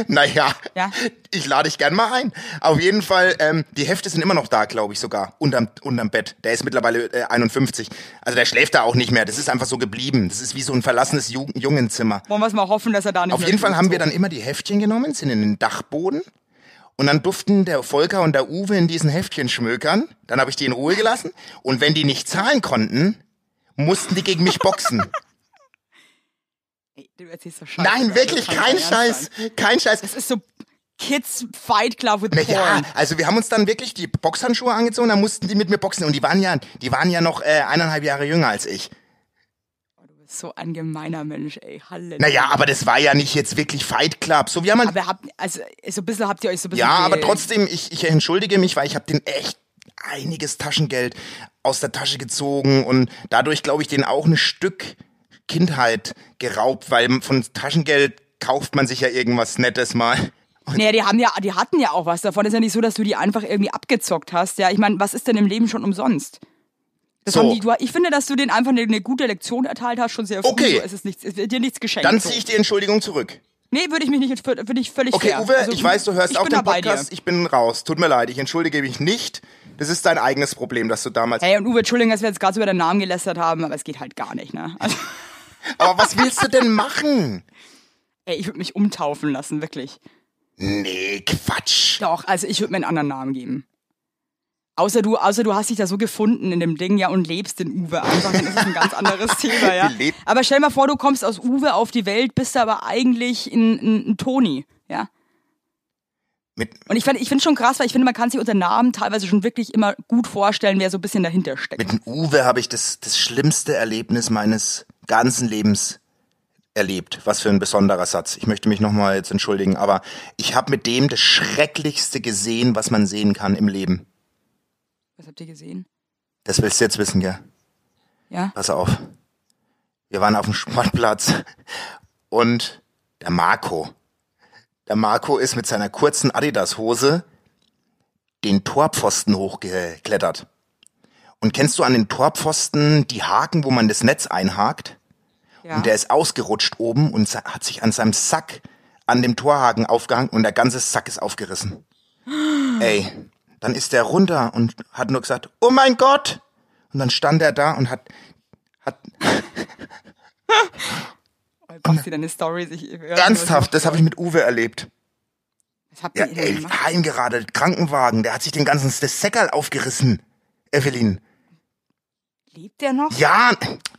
[SPEAKER 1] Naja,
[SPEAKER 2] Ja.
[SPEAKER 1] ich lade dich gern mal ein. Auf jeden Fall, ähm, die Hefte sind immer noch da, glaube ich sogar, unterm, unterm Bett. Der ist mittlerweile äh, 51. Also der schläft da auch nicht mehr. Das ist einfach so geblieben. Das ist wie so ein verlassenes Ju Jungenzimmer.
[SPEAKER 2] Wollen wir es mal hoffen, dass er da nicht
[SPEAKER 1] Auf
[SPEAKER 2] mehr
[SPEAKER 1] jeden Fall haben wir
[SPEAKER 2] durchzog.
[SPEAKER 1] dann immer die Heftchen genommen, sind in den Dachboden. Und dann durften der Volker und der Uwe in diesen Heftchen schmökern. Dann habe ich die in Ruhe gelassen. Und wenn die nicht zahlen konnten, mussten die gegen mich boxen.
[SPEAKER 2] Ey, du erzählst doch Scheiße.
[SPEAKER 1] Nein,
[SPEAKER 2] Alter,
[SPEAKER 1] wirklich,
[SPEAKER 2] das kann doch
[SPEAKER 1] kein
[SPEAKER 2] nicht dein Ernst
[SPEAKER 1] Scheiß.
[SPEAKER 2] sein.
[SPEAKER 1] Kein Scheiß.
[SPEAKER 2] Das ist so Kids Fight Club with Porn.
[SPEAKER 1] Ja, also wir haben uns dann wirklich die Boxhandschuhe angezogen, dann mussten die mit mir boxen. Und die waren ja, die waren ja noch äh, eineinhalb Jahre jünger als ich.
[SPEAKER 2] So ein gemeiner Mensch, ey. Halleluja.
[SPEAKER 1] Naja, aber das war ja nicht jetzt wirklich Fight Club. So, wir haben halt
[SPEAKER 2] Aber habt, also, so ein bisschen habt ihr euch so ein bisschen.
[SPEAKER 1] Ja, aber
[SPEAKER 2] ge-
[SPEAKER 1] trotzdem, ich, ich entschuldige mich, weil ich habe den echt einiges Taschengeld aus der Tasche gezogen und dadurch, glaube ich, den auch ein Stück Kindheit geraubt, weil von Taschengeld kauft man sich ja irgendwas Nettes mal.
[SPEAKER 2] Naja, die haben ja, die hatten ja auch was davon. Ist ja nicht so, dass du die einfach irgendwie abgezockt hast. Ja, ich meine, was ist denn im Leben schon umsonst? Das
[SPEAKER 1] So.
[SPEAKER 2] haben die, du, ich finde, dass du denen einfach eine, eine gute Lektion erteilt hast, schon sehr früh.
[SPEAKER 1] Okay.
[SPEAKER 2] So, es ist nichts, es wird dir nichts geschenkt.
[SPEAKER 1] Dann
[SPEAKER 2] so.
[SPEAKER 1] ziehe ich die Entschuldigung zurück.
[SPEAKER 2] Nee, würde ich mich nicht, würde ich völlig
[SPEAKER 1] Okay,
[SPEAKER 2] fair.
[SPEAKER 1] Uwe,
[SPEAKER 2] Also,
[SPEAKER 1] ich weiß, du hörst
[SPEAKER 2] ich
[SPEAKER 1] auch
[SPEAKER 2] bin da
[SPEAKER 1] den
[SPEAKER 2] bei
[SPEAKER 1] Podcast,
[SPEAKER 2] Dir.
[SPEAKER 1] ich bin raus. Tut mir leid, ich entschuldige mich nicht. Das ist dein eigenes Problem, dass du damals...
[SPEAKER 2] Hey, und Uwe, Entschuldigung, dass wir jetzt gerade so über deinen Namen gelästert haben, aber es geht halt gar nicht, ne? Also,
[SPEAKER 1] Aber was willst du denn machen?
[SPEAKER 2] ey, ich würde mich umtaufen lassen, wirklich.
[SPEAKER 1] Nee, Quatsch.
[SPEAKER 2] Doch, also ich würde mir einen anderen Namen geben. Außer du, außer du hast dich da so gefunden in dem Ding, ja, und lebst in Uwe einfach, dann ist es ein ganz anderes Thema, ja.
[SPEAKER 1] Wir leben-
[SPEAKER 2] Aber stell mal vor, du kommst aus Uwe auf die Welt, bist aber eigentlich ein, ein, ein Toni, ja.
[SPEAKER 1] Mit,
[SPEAKER 2] Und ich finde ich find schon krass, weil ich finde, man kann sich unter Namen teilweise schon wirklich immer gut vorstellen, wer so ein bisschen dahinter steckt.
[SPEAKER 1] Mit dem Uwe habe ich das, das schlimmste Erlebnis meines ganzen Lebens erlebt. Was für ein besonderer Satz. Ich möchte mich nochmal jetzt entschuldigen, aber ich habe mit dem das Schrecklichste gesehen, was man sehen kann im Leben.
[SPEAKER 2] Was habt ihr gesehen?
[SPEAKER 1] Das willst du jetzt wissen, gell?
[SPEAKER 2] Ja?
[SPEAKER 1] Pass auf. Wir waren auf dem Sportplatz und Der Marco. Der Marco ist mit seiner kurzen Adidas-Hose den Torpfosten hochgeklettert. Und kennst du an den Torpfosten die Haken, wo man das Netz einhakt?
[SPEAKER 2] Ja.
[SPEAKER 1] Und der ist ausgerutscht oben und sa- hat sich an seinem Sack an dem Torhaken aufgehangen und der ganze Sack ist aufgerissen. Ey, dann ist der runter und hat nur gesagt, oh mein Gott! Und dann stand er da und hat, hat
[SPEAKER 2] Machst du deine Story sich äh,
[SPEAKER 1] ernsthaft, das habe ich mit Uwe erlebt.
[SPEAKER 2] Das habt
[SPEAKER 1] Ja,
[SPEAKER 2] ihr denn
[SPEAKER 1] ey,
[SPEAKER 2] gemacht?
[SPEAKER 1] heimgerade, Krankenwagen, der hat sich den ganzen das Säckerl aufgerissen. Evelyn.
[SPEAKER 2] Lebt der noch?
[SPEAKER 1] Ja,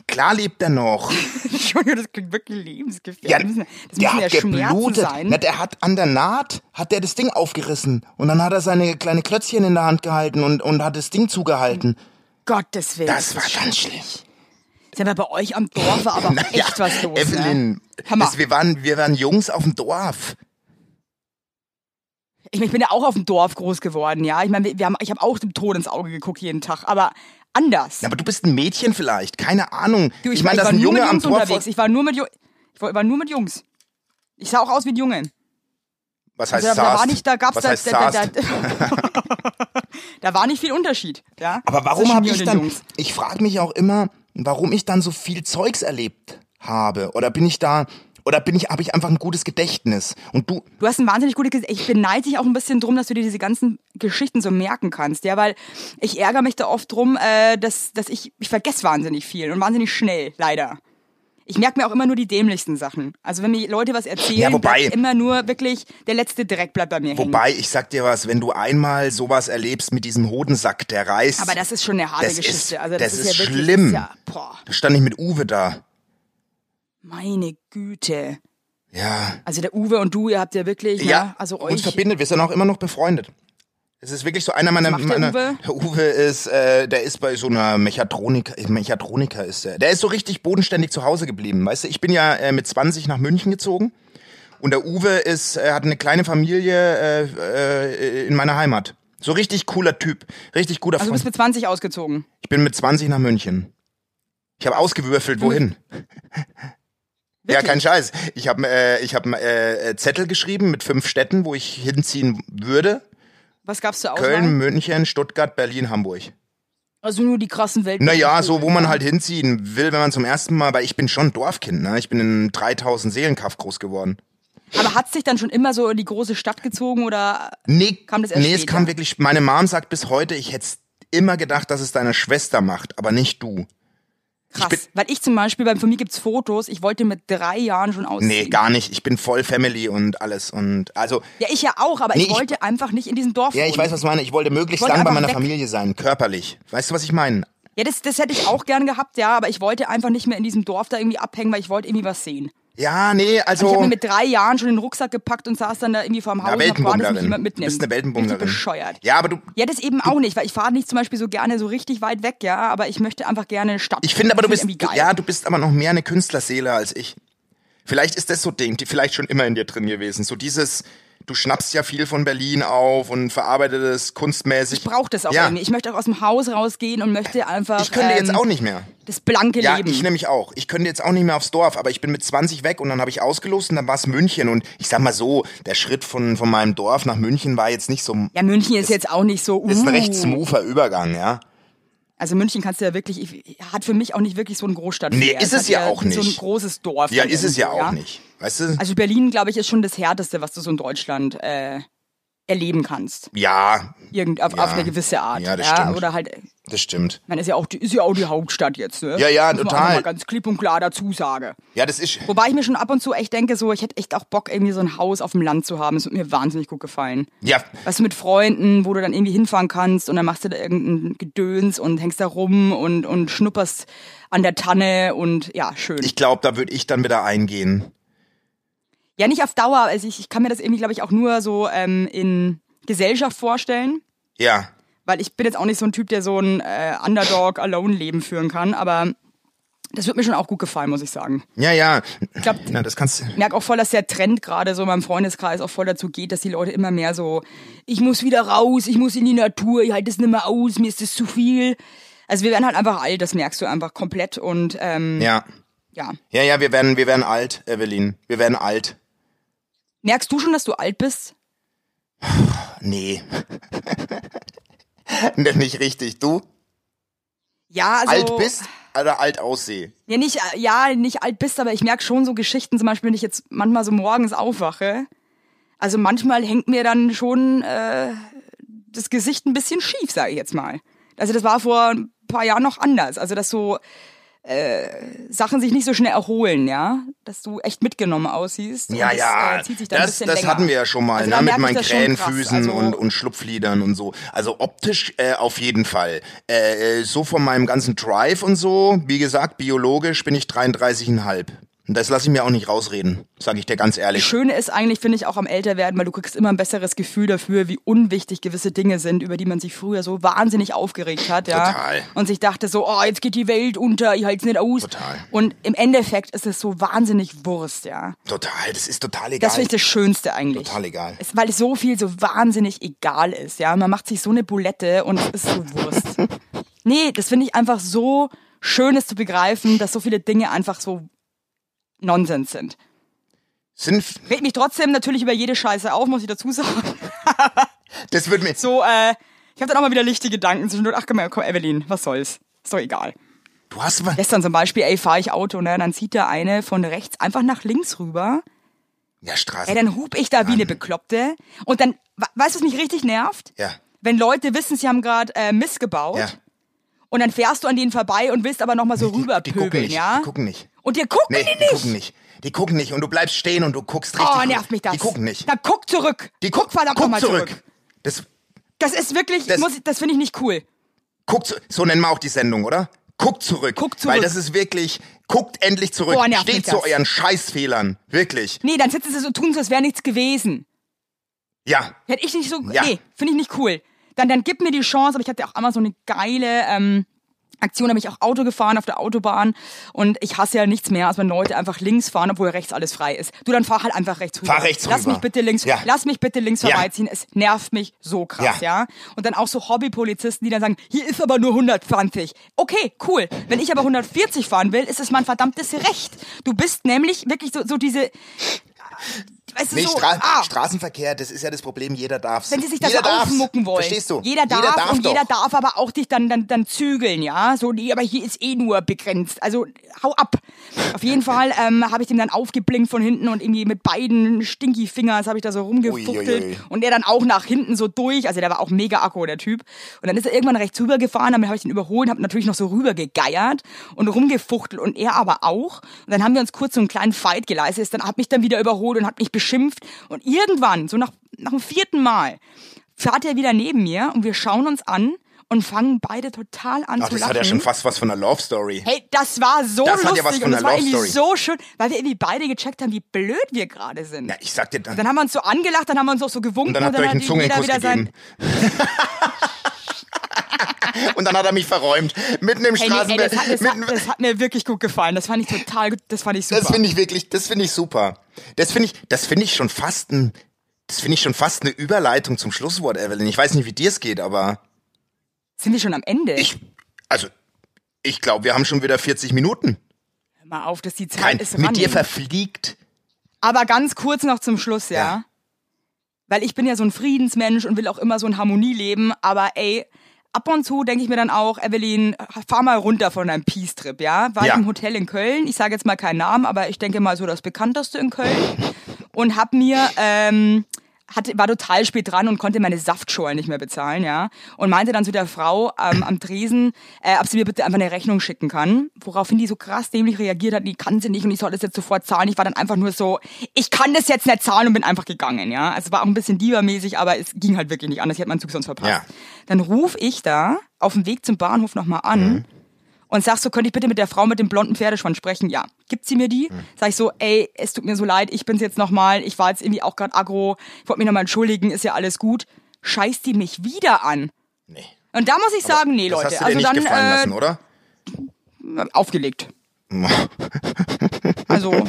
[SPEAKER 1] klar lebt er noch.
[SPEAKER 2] Entschuldigung, das klingt wirklich lebensgefährlich.
[SPEAKER 1] Ja,
[SPEAKER 2] das müssen, das
[SPEAKER 1] der
[SPEAKER 2] müssen
[SPEAKER 1] hat
[SPEAKER 2] ja Schmerzen
[SPEAKER 1] geblutet.
[SPEAKER 2] sein.
[SPEAKER 1] Na, der hat an der Naht, hat der das Ding aufgerissen. Und dann hat er seine kleine Klötzchen in der Hand gehalten und, und hat das Ding zugehalten.
[SPEAKER 2] Gottes Willen.
[SPEAKER 1] Das war ganz schlimm.
[SPEAKER 2] Ist aber bei euch am Dorf war aber
[SPEAKER 1] Ja,
[SPEAKER 2] echt was los.
[SPEAKER 1] Evelyn,
[SPEAKER 2] Ne? Hammer.
[SPEAKER 1] Das, wir, waren, wir waren Jungs auf dem Dorf.
[SPEAKER 2] Ich, mein, ich bin ja auch auf dem Dorf groß geworden, ja. Ich meine, wir- wir haben, ich habe auch dem Tod ins Auge geguckt jeden Tag, aber anders.
[SPEAKER 1] Ja, aber du bist ein Mädchen vielleicht, keine Ahnung.
[SPEAKER 2] Du,
[SPEAKER 1] ich meine,
[SPEAKER 2] war-
[SPEAKER 1] dass ein
[SPEAKER 2] ich war nur
[SPEAKER 1] Junge
[SPEAKER 2] mit
[SPEAKER 1] am
[SPEAKER 2] Jungs
[SPEAKER 1] Dorf...
[SPEAKER 2] unterwegs. Ich war nur mit Ju ich war, war nur mit Jungs. Ich sah auch aus wie ein Junge.
[SPEAKER 1] Was heißt
[SPEAKER 2] Also, da, da war
[SPEAKER 1] saßt?
[SPEAKER 2] nicht, da gab's
[SPEAKER 1] Was
[SPEAKER 2] da,
[SPEAKER 1] heißt
[SPEAKER 2] da, da,
[SPEAKER 1] saßt?
[SPEAKER 2] da, da war nicht viel Unterschied, ja.
[SPEAKER 1] Aber warum
[SPEAKER 2] zwischen
[SPEAKER 1] habe
[SPEAKER 2] mir und
[SPEAKER 1] ich
[SPEAKER 2] den
[SPEAKER 1] dann,
[SPEAKER 2] Jungs.
[SPEAKER 1] ich frage mich auch immer, warum ich dann so viel Zeugs erlebt habe. Oder bin ich da, oder bin ich, habe ich einfach ein gutes Gedächtnis. Und du,
[SPEAKER 2] Du hast ein wahnsinnig gutes Gesicht. Ich beneide dich auch ein bisschen drum, dass du dir diese ganzen Geschichten so merken kannst, ja, weil ich ärgere mich da oft drum, äh, dass, dass ich, ich vergesse wahnsinnig viel und wahnsinnig schnell, leider. Ich merke mir auch immer nur die dämlichsten Sachen. Also wenn mir Leute was erzählen,
[SPEAKER 1] Ja, wobei-
[SPEAKER 2] bleibt immer nur wirklich der letzte Dreck bleibt bei mir hängen.
[SPEAKER 1] wobei, ich sag dir was, wenn du einmal sowas erlebst mit diesem Hodensack, der reißt.
[SPEAKER 2] Aber das ist schon eine harte
[SPEAKER 1] das ist-
[SPEAKER 2] Geschichte. also das,
[SPEAKER 1] das
[SPEAKER 2] ist,
[SPEAKER 1] ist
[SPEAKER 2] ja wirklich,
[SPEAKER 1] schlimm.
[SPEAKER 2] Das ist ja, boah,
[SPEAKER 1] Da stand ich mit Uwe da.
[SPEAKER 2] meine Güte.
[SPEAKER 1] Ja.
[SPEAKER 2] Also der Uwe und du, ihr habt ja wirklich,
[SPEAKER 1] Ja,
[SPEAKER 2] ne, also
[SPEAKER 1] uns
[SPEAKER 2] euch.
[SPEAKER 1] verbindet, wir sind auch immer noch befreundet. Es ist wirklich so einer meiner.
[SPEAKER 2] macht der
[SPEAKER 1] meiner
[SPEAKER 2] Uwe?
[SPEAKER 1] Der Uwe ist, äh, der ist bei so einer Mechatronik, Mechatroniker ist der. Der ist so richtig bodenständig zu Hause geblieben, weißt du? Ich bin ja äh, mit 20 nach München gezogen und der Uwe ist, äh, hat eine kleine Familie äh, äh, in meiner Heimat. So richtig cooler Typ, richtig guter
[SPEAKER 2] Also du bist
[SPEAKER 1] Freund.
[SPEAKER 2] mit 20 ausgezogen.
[SPEAKER 1] Ich bin mit 20 nach München. Ich habe
[SPEAKER 2] Hm.
[SPEAKER 1] ausgewürfelt, wohin? Ja, kein Scheiß. Ich habe äh, ich hab, äh, Zettel geschrieben mit fünf Städten, wo ich hinziehen würde.
[SPEAKER 2] Was gab's zur Auswahl?
[SPEAKER 1] Köln, München, Stuttgart, Berlin, Hamburg.
[SPEAKER 2] Also nur die krassen Welt.
[SPEAKER 1] Naja, so wo man halt hinziehen will, wenn man zum ersten Mal, weil ich bin schon Dorfkind, ne? Ich bin in 3000 Seelenkaff groß geworden.
[SPEAKER 2] Aber hat dich dann schon immer so in die große Stadt gezogen oder?
[SPEAKER 1] Nee,
[SPEAKER 2] Kam das erst
[SPEAKER 1] nee es
[SPEAKER 2] später?
[SPEAKER 1] kam wirklich, meine Mom sagt bis heute, ich hätte immer gedacht, dass es deine Schwester macht, aber nicht du.
[SPEAKER 2] Krass.
[SPEAKER 1] bin-
[SPEAKER 2] Weil ich zum Beispiel, bei, von mir gibt's Fotos, ich wollte mit drei Jahren schon ausziehen.
[SPEAKER 1] Nee, gar nicht. Ich bin voll Family und alles und also,
[SPEAKER 2] Ja, ich ja auch, aber
[SPEAKER 1] Nee,
[SPEAKER 2] ich
[SPEAKER 1] ich-
[SPEAKER 2] wollte einfach nicht in diesem Dorf
[SPEAKER 1] ja, ich
[SPEAKER 2] wohnen.
[SPEAKER 1] weiß, was ich meine. Ich wollte möglichst
[SPEAKER 2] Wollte
[SPEAKER 1] lang bei
[SPEAKER 2] einfach
[SPEAKER 1] meiner
[SPEAKER 2] weg.
[SPEAKER 1] Familie sein, körperlich. Weißt du, was ich meine?
[SPEAKER 2] Ja, das, das hätte ich auch gern gehabt, ja, aber ich wollte einfach nicht mehr in diesem Dorf da irgendwie abhängen, weil ich wollte irgendwie was sehen.
[SPEAKER 1] Ja, nee,
[SPEAKER 2] Und ich
[SPEAKER 1] also
[SPEAKER 2] habe mir mit drei Jahren schon den Rucksack gepackt und saß dann da irgendwie vorm Haus
[SPEAKER 1] Ja,
[SPEAKER 2] und hab gewartet, dass mich
[SPEAKER 1] Weltenbummlerin.
[SPEAKER 2] jemand
[SPEAKER 1] Du
[SPEAKER 2] mitnimmt.
[SPEAKER 1] bist eine Weltenbummlerin.
[SPEAKER 2] Richtig bescheuert.
[SPEAKER 1] Ja, aber du,
[SPEAKER 2] Ja, das eben auch nicht, weil ich fahre nicht zum Beispiel so gerne so richtig weit weg, ja, aber ich möchte einfach gerne Stadt.
[SPEAKER 1] Ich finde aber, du
[SPEAKER 2] Das
[SPEAKER 1] bist,
[SPEAKER 2] find ich irgendwie geil.
[SPEAKER 1] ja, du bist aber noch mehr eine Künstlerseele als ich. Vielleicht ist das so Ding, die vielleicht schon immer in dir drin gewesen. So dieses, du schnappst ja viel von Berlin auf und verarbeitet es kunstmäßig.
[SPEAKER 2] Ich brauche das auch
[SPEAKER 1] ja.
[SPEAKER 2] irgendwie. Ich möchte auch aus dem Haus rausgehen und möchte einfach
[SPEAKER 1] Ich könnte
[SPEAKER 2] ähm,
[SPEAKER 1] jetzt auch nicht mehr.
[SPEAKER 2] das blanke
[SPEAKER 1] Ja,
[SPEAKER 2] Leben.
[SPEAKER 1] ich nämlich auch. Ich könnte jetzt auch nicht mehr aufs Dorf, aber ich bin mit 20 weg und dann habe ich ausgelost und dann war es München. Und ich sag mal so, der Schritt von, von meinem Dorf nach München war jetzt nicht so,
[SPEAKER 2] ja, München ist jetzt auch nicht so. Uh.
[SPEAKER 1] ist ein recht smoother Übergang, ja.
[SPEAKER 2] Also München kannst du ja wirklich, ich, hat für mich auch nicht wirklich so ein Großstadt.
[SPEAKER 1] Nee, ist es
[SPEAKER 2] hat
[SPEAKER 1] ja auch
[SPEAKER 2] So ein
[SPEAKER 1] nicht.
[SPEAKER 2] großes Dorf.
[SPEAKER 1] Ja,
[SPEAKER 2] dann
[SPEAKER 1] ist es ja
[SPEAKER 2] irgendwo,
[SPEAKER 1] auch nicht. Weißt du?
[SPEAKER 2] Also Berlin, glaube ich, ist schon das härteste, was du so in Deutschland äh, erleben kannst.
[SPEAKER 1] Ja,
[SPEAKER 2] Irgend auf,
[SPEAKER 1] Ja.
[SPEAKER 2] auf eine gewisse Art.
[SPEAKER 1] Ja, das stimmt.
[SPEAKER 2] Oder halt,
[SPEAKER 1] das stimmt.
[SPEAKER 2] man ist ja auch die, ist ja auch die Hauptstadt jetzt, ne?
[SPEAKER 1] Ja, ja,
[SPEAKER 2] Muss man
[SPEAKER 1] total.
[SPEAKER 2] auch Mal ganz klipp und klar dazu sage.
[SPEAKER 1] Ja, das ist,
[SPEAKER 2] Wobei ich mir schon ab und zu echt denke, so ich hätte echt auch Bock irgendwie so ein Haus auf dem Land zu haben. Es würde mir wahnsinnig gut gefallen.
[SPEAKER 1] ja,
[SPEAKER 2] Weißt du, mit Freunden, wo du dann irgendwie hinfahren kannst und dann machst du da irgendein Gedöns und hängst da rum und, und schnupperst an der Tanne und ja, schön.
[SPEAKER 1] Ich glaube, da würde ich dann wieder eingehen.
[SPEAKER 2] ja, nicht auf Dauer, also ich, ich kann mir das irgendwie, glaube ich, auch nur so ähm, in Gesellschaft vorstellen,
[SPEAKER 1] Ja.
[SPEAKER 2] weil ich bin jetzt auch nicht so ein Typ, der so ein äh, Underdog-Alone-Leben führen kann, aber das wird mir schon auch gut gefallen, muss ich sagen.
[SPEAKER 1] Ja, ja.
[SPEAKER 2] Ich glaube,
[SPEAKER 1] Na, das kannst
[SPEAKER 2] Ich merke auch voll, dass der Trend gerade so in meinem Freundeskreis auch voll dazu geht, dass die Leute immer mehr so, ich muss wieder raus, ich muss in die Natur, ich halte es nicht mehr aus, mir ist das zu viel. Also wir werden halt einfach alt, das merkst du einfach komplett und ähm,
[SPEAKER 1] Ja.
[SPEAKER 2] ja.
[SPEAKER 1] Ja, ja, wir werden, wir werden alt, Evelyn. Wir werden alt.
[SPEAKER 2] Merkst du schon, dass du alt bist?
[SPEAKER 1] Nee. Nee, Nicht richtig. Du
[SPEAKER 2] Ja, also.
[SPEAKER 1] alt bist oder alt aussehe.
[SPEAKER 2] Ja, nicht, äh, ja, nicht alt bist, aber ich merke schon so Geschichten, zum Beispiel, wenn ich jetzt manchmal so morgens aufwache. Also manchmal hängt mir dann schon äh, das Gesicht ein bisschen schief, sage ich jetzt mal. Also das war vor ein paar Jahren noch anders. Also dass so äh, Sachen sich nicht so schnell erholen, ja. Dass du echt mitgenommen aussiehst. Und
[SPEAKER 1] Ja,
[SPEAKER 2] das,
[SPEAKER 1] ja,
[SPEAKER 2] äh, zieht sich dann ein
[SPEAKER 1] das,
[SPEAKER 2] bisschen
[SPEAKER 1] das
[SPEAKER 2] länger.
[SPEAKER 1] hatten wir ja schon mal,
[SPEAKER 2] Also da
[SPEAKER 1] ne? mit
[SPEAKER 2] merke ich
[SPEAKER 1] meinen
[SPEAKER 2] das schon krass.
[SPEAKER 1] Krähenfüßen
[SPEAKER 2] Also-
[SPEAKER 1] und, und Schlupfliedern und so. Also optisch äh, auf jeden Fall. Äh, äh, so von meinem ganzen Drive und so, wie gesagt, biologisch bin ich 33,5. Und das lasse ich mir auch nicht rausreden, sage ich dir ganz
[SPEAKER 2] Das
[SPEAKER 1] ehrlich.
[SPEAKER 2] Schöne ist eigentlich, finde ich, auch am Älterwerden, weil du kriegst immer ein besseres Gefühl dafür, wie unwichtig gewisse Dinge sind, über die man sich früher so wahnsinnig aufgeregt hat, ja.
[SPEAKER 1] Total.
[SPEAKER 2] Und sich dachte so, oh, jetzt geht die Welt unter, ich halte es nicht aus.
[SPEAKER 1] Total.
[SPEAKER 2] Und im Endeffekt ist es so wahnsinnig Wurst, ja.
[SPEAKER 1] Total, das ist total egal.
[SPEAKER 2] Das finde ich das Schönste eigentlich.
[SPEAKER 1] Total egal.
[SPEAKER 2] Es, weil es so viel so wahnsinnig egal ist, ja. Man macht sich so eine Bulette und es ist so Wurst. nee, das finde ich einfach so schön, es zu begreifen, dass so viele Dinge einfach so Nonsens sind.
[SPEAKER 1] Sind,
[SPEAKER 2] Red mich trotzdem natürlich über jede Scheiße auf, muss ich dazu sagen.
[SPEAKER 1] das wird mir,
[SPEAKER 2] So, äh, ich habe dann auch mal wieder lichte Gedanken zwischendurch. Ach, komm, komm, Evelyn, was soll's? Ist doch egal.
[SPEAKER 1] du hast mal,
[SPEAKER 2] Gestern zum Beispiel, ey, fahre ich Auto, ne? Dann zieht da eine von rechts einfach nach links rüber.
[SPEAKER 1] ja,
[SPEAKER 2] Ey,
[SPEAKER 1] Straße,
[SPEAKER 2] dann hub ich da wie eine Bekloppte. Und dann, we- weißt du, was mich richtig nervt?
[SPEAKER 1] ja,
[SPEAKER 2] Wenn Leute wissen, sie haben gerade äh, missgebaut.
[SPEAKER 1] ja.
[SPEAKER 2] Und dann fährst du an denen vorbei und willst aber nochmal so rüber
[SPEAKER 1] Die gucken nicht,
[SPEAKER 2] ja?
[SPEAKER 1] die gucken nicht.
[SPEAKER 2] Und dir gucken
[SPEAKER 1] Nee,
[SPEAKER 2] die
[SPEAKER 1] die
[SPEAKER 2] nicht.
[SPEAKER 1] gucken nicht. Die gucken nicht und du bleibst stehen und du guckst richtig.
[SPEAKER 2] Oh, nervt mich das.
[SPEAKER 1] Die gucken nicht.
[SPEAKER 2] Dann guck zurück.
[SPEAKER 1] Die
[SPEAKER 2] guck verdammt
[SPEAKER 1] guck
[SPEAKER 2] nochmal zurück.
[SPEAKER 1] Das,
[SPEAKER 2] Das ist wirklich,
[SPEAKER 1] Das-
[SPEAKER 2] muss ich, das finde ich nicht cool.
[SPEAKER 1] guck, zu- so nennen wir auch die Sendung, oder? Guckt zurück.
[SPEAKER 2] Guckt zurück.
[SPEAKER 1] Weil das ist wirklich, guckt endlich zurück.
[SPEAKER 2] Boah, nervt mich
[SPEAKER 1] Steht zu
[SPEAKER 2] das.
[SPEAKER 1] euren Scheißfehlern. Wirklich.
[SPEAKER 2] Nee, dann sitzen sie so tun, so als wäre nichts gewesen.
[SPEAKER 1] Ja.
[SPEAKER 2] Hätte ich nicht so.
[SPEAKER 1] Ja.
[SPEAKER 2] Nee, finde ich nicht cool. Dann, dann gib mir die Chance, aber ich hatte auch einmal so eine geile ähm, Aktion, da bin ich auch Auto gefahren auf der Autobahn und ich hasse ja nichts mehr, als wenn Leute einfach links fahren, obwohl rechts alles frei ist. Du, dann fahr halt einfach rechts rüber.
[SPEAKER 1] Fahr rechts
[SPEAKER 2] lass
[SPEAKER 1] rüber.
[SPEAKER 2] mich bitte links,
[SPEAKER 1] Ja.
[SPEAKER 2] lass mich bitte links
[SPEAKER 1] Ja.
[SPEAKER 2] vorbeiziehen. Es nervt mich so krass,
[SPEAKER 1] Ja.
[SPEAKER 2] ja. Und dann auch so Hobbypolizisten, die dann sagen, hier ist aber nur 120. Okay, cool. Wenn ich aber 140 fahren will, ist es mein verdammtes Recht. Du bist nämlich wirklich so, so diese. Weißt du,
[SPEAKER 1] Nee,
[SPEAKER 2] so,
[SPEAKER 1] Stra
[SPEAKER 2] ah,
[SPEAKER 1] Straßenverkehr, das ist ja das Problem, jeder darf's.
[SPEAKER 2] wenn sie sich das
[SPEAKER 1] jeder
[SPEAKER 2] so
[SPEAKER 1] darf's.
[SPEAKER 2] aufmucken wollen.
[SPEAKER 1] Verstehst du?
[SPEAKER 2] Jeder darf, und
[SPEAKER 1] doch.
[SPEAKER 2] jeder darf aber auch dich dann, dann, dann zügeln, ja. So, nee, aber hier ist eh nur begrenzt. Also hau ab. Auf jeden Fall ähm, habe ich dem dann aufgeblinkt von hinten und irgendwie mit beiden stinky Fingers habe ich da so rumgefuchtelt.
[SPEAKER 1] Uiuiui.
[SPEAKER 2] Und er dann auch nach hinten so durch. Also der war auch mega Akku, der Typ. Und dann ist er irgendwann rechts rübergefahren, damit habe ich den überholt, habe natürlich noch so rübergegeiert und rumgefuchtelt und er aber auch. Und dann haben wir uns kurz so einen kleinen Fight geleistet. Ist Dann hat mich dann wieder überholt und hat mich beschimpft. Und irgendwann, so nach, nach dem vierten Mal, fährt er wieder neben mir und wir schauen uns an und fangen beide total an
[SPEAKER 1] Ach,
[SPEAKER 2] zu
[SPEAKER 1] das
[SPEAKER 2] lachen.
[SPEAKER 1] hat ja schon fast was von einer Love Story.
[SPEAKER 2] Hey, das war so
[SPEAKER 1] Das hat ja
[SPEAKER 2] lustig
[SPEAKER 1] was von
[SPEAKER 2] und das
[SPEAKER 1] einer
[SPEAKER 2] war
[SPEAKER 1] Love
[SPEAKER 2] irgendwie
[SPEAKER 1] Story.
[SPEAKER 2] so schön, weil wir irgendwie beide gecheckt haben, wie blöd wir gerade sind.
[SPEAKER 1] Na, ich sag dir dann.
[SPEAKER 2] Dann haben wir uns so angelacht, dann haben wir uns auch so gewunken
[SPEAKER 1] und dann habt ihr euch einen Zungenkuss
[SPEAKER 2] jeder wieder
[SPEAKER 1] gegeben. und dann hat er mich verräumt. Mitten im
[SPEAKER 2] Hey, nee, ey,
[SPEAKER 1] Straßenverkehr.
[SPEAKER 2] das, hat, das,
[SPEAKER 1] mitten-
[SPEAKER 2] hat, das hat mir wirklich gut gefallen. Das fand ich total gut. Das fand ich super.
[SPEAKER 1] Das finde ich wirklich, das finde ich super. Das finde ich, das finde ich schon fast ein, das finde ich schon fast eine Überleitung zum Schlusswort, Evelyn. Ich weiß nicht, wie dir es geht, aber
[SPEAKER 2] Sind wir schon am Ende?
[SPEAKER 1] ich, also, ich glaube, wir haben schon wieder 40 Minuten.
[SPEAKER 2] Hör mal auf, dass die Zeit
[SPEAKER 1] Kein,
[SPEAKER 2] ist
[SPEAKER 1] mit dir
[SPEAKER 2] running.
[SPEAKER 1] verfliegt.
[SPEAKER 2] Aber ganz kurz noch zum Schluss, ja?
[SPEAKER 1] Ja.
[SPEAKER 2] Weil ich bin ja so ein Friedensmensch und will auch immer so in Harmonie leben, aber ey, ab und zu denke ich mir dann auch, Evelyn, fahr mal runter von deinem Peace-Trip, ja? War
[SPEAKER 1] Ja.
[SPEAKER 2] ich im Hotel in Köln, ich sage jetzt mal keinen Namen, aber ich denke mal so das bekannteste in Köln und hab mir, ähm, hatte, war total spät dran und konnte meine Saftschorle nicht mehr bezahlen, ja. Und meinte dann zu der Frau ähm, am Tresen, äh, ob sie mir bitte einfach eine Rechnung schicken kann. Woraufhin die so krass dämlich reagiert hat, die kann sie nicht und ich soll das jetzt sofort zahlen. Ich war dann einfach nur so, ich kann das jetzt nicht zahlen und bin einfach gegangen, ja. Also war auch ein bisschen diva-mäßig, aber es ging halt wirklich nicht anders. Ich hätte meinen Zug sonst verpasst.
[SPEAKER 1] Ja.
[SPEAKER 2] Dann ruf ich da auf dem Weg zum Bahnhof nochmal an und sag so, könnte ich bitte mit der Frau mit dem blonden Pferdeschwanz sprechen? Ja. Gibt sie mir die?
[SPEAKER 1] Hm.
[SPEAKER 2] Sag ich so, ey, es tut mir so leid, ich bin's jetzt nochmal, ich war jetzt irgendwie auch gerade aggro, ich wollte mich nochmal entschuldigen, ist ja alles gut. Scheißt die mich wieder an?
[SPEAKER 1] Nee.
[SPEAKER 2] Und da muss ich sagen, nee,
[SPEAKER 1] das
[SPEAKER 2] Leute,
[SPEAKER 1] hast du dir
[SPEAKER 2] also
[SPEAKER 1] nicht
[SPEAKER 2] dann
[SPEAKER 1] gefallen
[SPEAKER 2] äh,
[SPEAKER 1] lassen, oder?
[SPEAKER 2] aufgelegt. Also,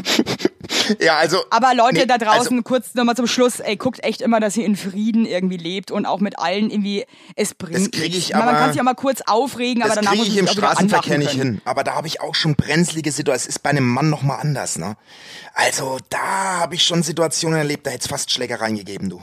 [SPEAKER 1] Ja, also.
[SPEAKER 2] aber Leute
[SPEAKER 1] nee,
[SPEAKER 2] da draußen,
[SPEAKER 1] Also,
[SPEAKER 2] kurz nochmal zum Schluss, ey, guckt echt immer, dass ihr in Frieden irgendwie lebt und auch mit allen irgendwie, es bringt
[SPEAKER 1] krieg ich
[SPEAKER 2] nichts. Man- Man
[SPEAKER 1] aber-
[SPEAKER 2] kann sich auch mal kurz aufregen, aber
[SPEAKER 1] das
[SPEAKER 2] danach
[SPEAKER 1] kriege
[SPEAKER 2] muss man
[SPEAKER 1] ich
[SPEAKER 2] sich
[SPEAKER 1] im
[SPEAKER 2] auch wieder anlachen
[SPEAKER 1] Straßenverkehr nicht
[SPEAKER 2] können.
[SPEAKER 1] hin. Aber da habe ich auch schon brenzlige Situationen. Es ist bei einem Mann nochmal anders, ne? Also, da habe ich schon Situationen erlebt, da hätte es fast Schlägereien gegeben, du.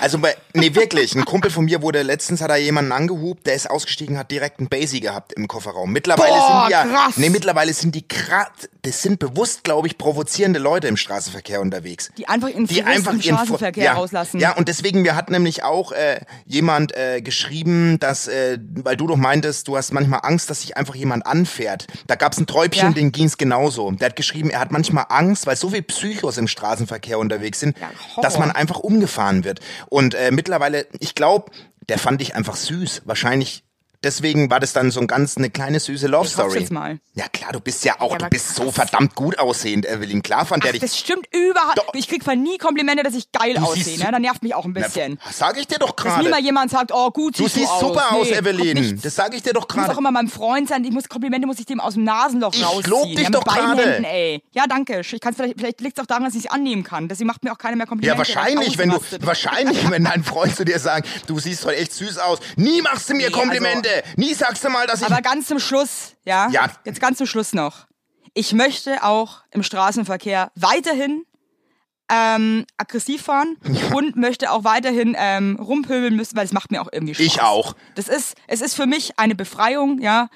[SPEAKER 1] Also, bei, nee, wirklich. Ein Kumpel von mir wurde, letztens hat er jemanden angehupt, der ist ausgestiegen, hat direkt einen Basie gehabt im Kofferraum. Mittlerweile
[SPEAKER 2] Boah,
[SPEAKER 1] sind die ja,
[SPEAKER 2] krass.
[SPEAKER 1] nee, mittlerweile sind die grad, das sind bewusst, glaube ich, provozierende Leute im Straßenverkehr unterwegs
[SPEAKER 2] Die einfach ihren
[SPEAKER 1] die
[SPEAKER 2] Frust
[SPEAKER 1] einfach
[SPEAKER 2] im
[SPEAKER 1] ihren Fu-
[SPEAKER 2] Straßenverkehr
[SPEAKER 1] ja,
[SPEAKER 2] rauslassen.
[SPEAKER 1] Ja, und deswegen, mir hat nämlich auch äh, jemand äh, geschrieben, dass, äh, weil du doch meintest, du hast manchmal Angst, dass sich einfach jemand anfährt. Da gab's ein Träubchen,
[SPEAKER 2] Ja.
[SPEAKER 1] den ging's genauso. Der hat geschrieben, er hat manchmal Angst, weil so viel Psychos im Straßenverkehr unterwegs sind,
[SPEAKER 2] Ja, Horror.
[SPEAKER 1] dass man einfach umgefahren wird. Und äh, mittlerweile, ich glaube, der fand ich einfach süß. Wahrscheinlich. Deswegen war das dann so ein ganz eine kleine süße Love
[SPEAKER 2] Ich hoff's
[SPEAKER 1] Story.
[SPEAKER 2] jetzt mal.
[SPEAKER 1] Ja klar, du bist ja auch,
[SPEAKER 2] Ja,
[SPEAKER 1] du
[SPEAKER 2] aber
[SPEAKER 1] bist so
[SPEAKER 2] krass.
[SPEAKER 1] verdammt gut aussehend, Evelyn. Klar fand der
[SPEAKER 2] Ach,
[SPEAKER 1] dich.
[SPEAKER 2] das stimmt überhaupt.
[SPEAKER 1] Doch.
[SPEAKER 2] Ich krieg von nie Komplimente, dass ich geil
[SPEAKER 1] Du
[SPEAKER 2] aussehe.
[SPEAKER 1] siehst-
[SPEAKER 2] Ne? Da nervt mich auch ein
[SPEAKER 1] Na,
[SPEAKER 2] bisschen.
[SPEAKER 1] Sag ich dir doch
[SPEAKER 2] Dass nie
[SPEAKER 1] gerade.
[SPEAKER 2] mal jemand sagt, oh gut,
[SPEAKER 1] Du
[SPEAKER 2] siehst
[SPEAKER 1] siehst
[SPEAKER 2] aus.
[SPEAKER 1] super aus,
[SPEAKER 2] Nee, kommt
[SPEAKER 1] Evelyn.
[SPEAKER 2] nichts.
[SPEAKER 1] Das sage ich dir doch
[SPEAKER 2] Ich muss
[SPEAKER 1] gerade.
[SPEAKER 2] auch immer meinem Freund sein, ich muss Komplimente muss ich dem aus dem Nasenloch
[SPEAKER 1] Ich
[SPEAKER 2] rausziehen.
[SPEAKER 1] lob dich
[SPEAKER 2] ja, mit
[SPEAKER 1] doch
[SPEAKER 2] beiden
[SPEAKER 1] gerade.
[SPEAKER 2] Händen, ey. Ja, danke. Ich kann's vielleicht vielleicht liegt's auch daran, dass ich es annehmen kann. Deswegen macht mir auch keiner mehr Komplimente.
[SPEAKER 1] Ja, wahrscheinlich, wenn du,
[SPEAKER 2] Ausgerastet.
[SPEAKER 1] wahrscheinlich, wenn dein Freund zu dir sagt, du siehst heute echt süß aus. Nie machst du mir
[SPEAKER 2] Nee, also
[SPEAKER 1] Komplimente. Nie sagst du mal, dass ich.
[SPEAKER 2] Aber ganz zum Schluss, ja?
[SPEAKER 1] Ja.
[SPEAKER 2] Jetzt ganz zum Schluss noch. Ich möchte auch im Straßenverkehr weiterhin ähm, aggressiv fahren und möchte auch weiterhin ähm, rumpöbeln müssen, weil es macht mir auch irgendwie Spaß.
[SPEAKER 1] Ich auch.
[SPEAKER 2] Das ist, es ist für mich eine Befreiung, ja.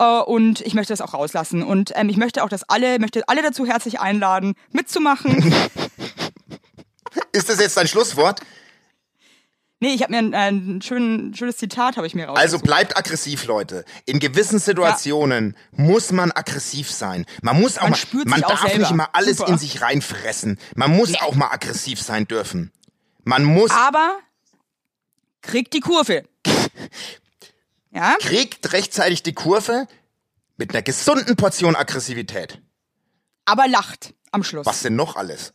[SPEAKER 2] Äh, Und ich möchte das auch rauslassen. Und ähm, ich möchte auch, dass alle, möchte alle dazu herzlich einladen, mitzumachen.
[SPEAKER 1] Ist das jetzt dein Schlusswort?
[SPEAKER 2] nee, ich habe mir ein, ein schön, schönes Zitat habe ich mir raus.
[SPEAKER 1] Also bleibt aggressiv, Leute. In gewissen Situationen muss man aggressiv sein. Man muss auch
[SPEAKER 2] Man
[SPEAKER 1] mal,
[SPEAKER 2] spürt
[SPEAKER 1] man
[SPEAKER 2] sich auch
[SPEAKER 1] darf
[SPEAKER 2] selber.
[SPEAKER 1] nicht immer alles
[SPEAKER 2] Super.
[SPEAKER 1] in sich reinfressen. Man muss auch mal aggressiv sein dürfen. Man muss
[SPEAKER 2] Aber kriegt die Kurve. Ja?
[SPEAKER 1] kriegt rechtzeitig die Kurve mit einer gesunden Portion Aggressivität.
[SPEAKER 2] aber lacht am Schluss.
[SPEAKER 1] Was denn noch alles?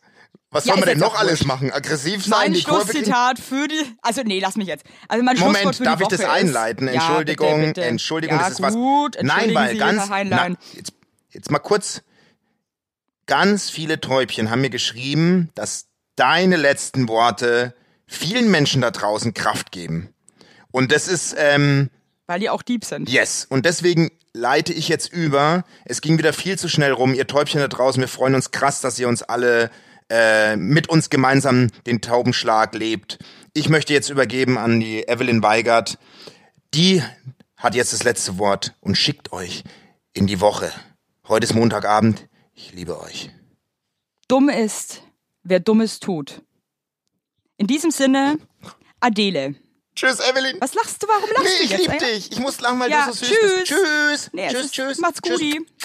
[SPEAKER 1] Was
[SPEAKER 2] Ja,
[SPEAKER 1] soll man
[SPEAKER 2] ist
[SPEAKER 1] denn
[SPEAKER 2] jetzt
[SPEAKER 1] noch
[SPEAKER 2] auch
[SPEAKER 1] alles machen? Aggressiv sein,
[SPEAKER 2] Mein
[SPEAKER 1] die Kurve kriegen?
[SPEAKER 2] Schlusszitat für die. Also nee, lass mich jetzt. Also mein Schlusswort für
[SPEAKER 1] Moment,
[SPEAKER 2] die
[SPEAKER 1] darf ich
[SPEAKER 2] Woche
[SPEAKER 1] das einleiten?
[SPEAKER 2] Ist,
[SPEAKER 1] Entschuldigung,
[SPEAKER 2] ja, bitte, bitte.
[SPEAKER 1] Entschuldigung,
[SPEAKER 2] ja,
[SPEAKER 1] das ist was.
[SPEAKER 2] Gut,
[SPEAKER 1] Nein,
[SPEAKER 2] entschuldigen
[SPEAKER 1] weil
[SPEAKER 2] Sie,
[SPEAKER 1] ganz
[SPEAKER 2] Herr Heinlein.
[SPEAKER 1] na, jetzt, jetzt mal kurz. Ganz viele Täubchen haben mir geschrieben, dass deine letzten Worte vielen Menschen da draußen Kraft geben. Und das ist ähm,
[SPEAKER 2] weil die auch Dieb sind.
[SPEAKER 1] yes. Und deswegen leite ich jetzt über. Es ging wieder viel zu schnell rum, ihr Täubchen da draußen. Wir freuen uns krass, dass ihr uns alle äh, mit uns gemeinsam den Taubenschlag lebt. Ich möchte jetzt übergeben an die Evelyn Weigert die hat jetzt das letzte Wort und schickt euch in die Woche. Heute ist Montagabend. Ich liebe euch.
[SPEAKER 2] Dumm ist, wer Dummes tut. In diesem Sinne, Adele.
[SPEAKER 1] Tschüss, Evelyn.
[SPEAKER 2] Was lachst du? Warum lachst
[SPEAKER 1] Nee,
[SPEAKER 2] du
[SPEAKER 1] ich
[SPEAKER 2] jetzt?
[SPEAKER 1] lieb
[SPEAKER 2] ey?
[SPEAKER 1] dich. Ich muss lachen, weil
[SPEAKER 2] Ja,
[SPEAKER 1] du so süß
[SPEAKER 2] tschüss.
[SPEAKER 1] bist. Tschüss.
[SPEAKER 2] Nee, es
[SPEAKER 1] tschüss,
[SPEAKER 2] ist-
[SPEAKER 1] tschüss.
[SPEAKER 2] Macht's
[SPEAKER 1] tschüss.
[SPEAKER 2] gut.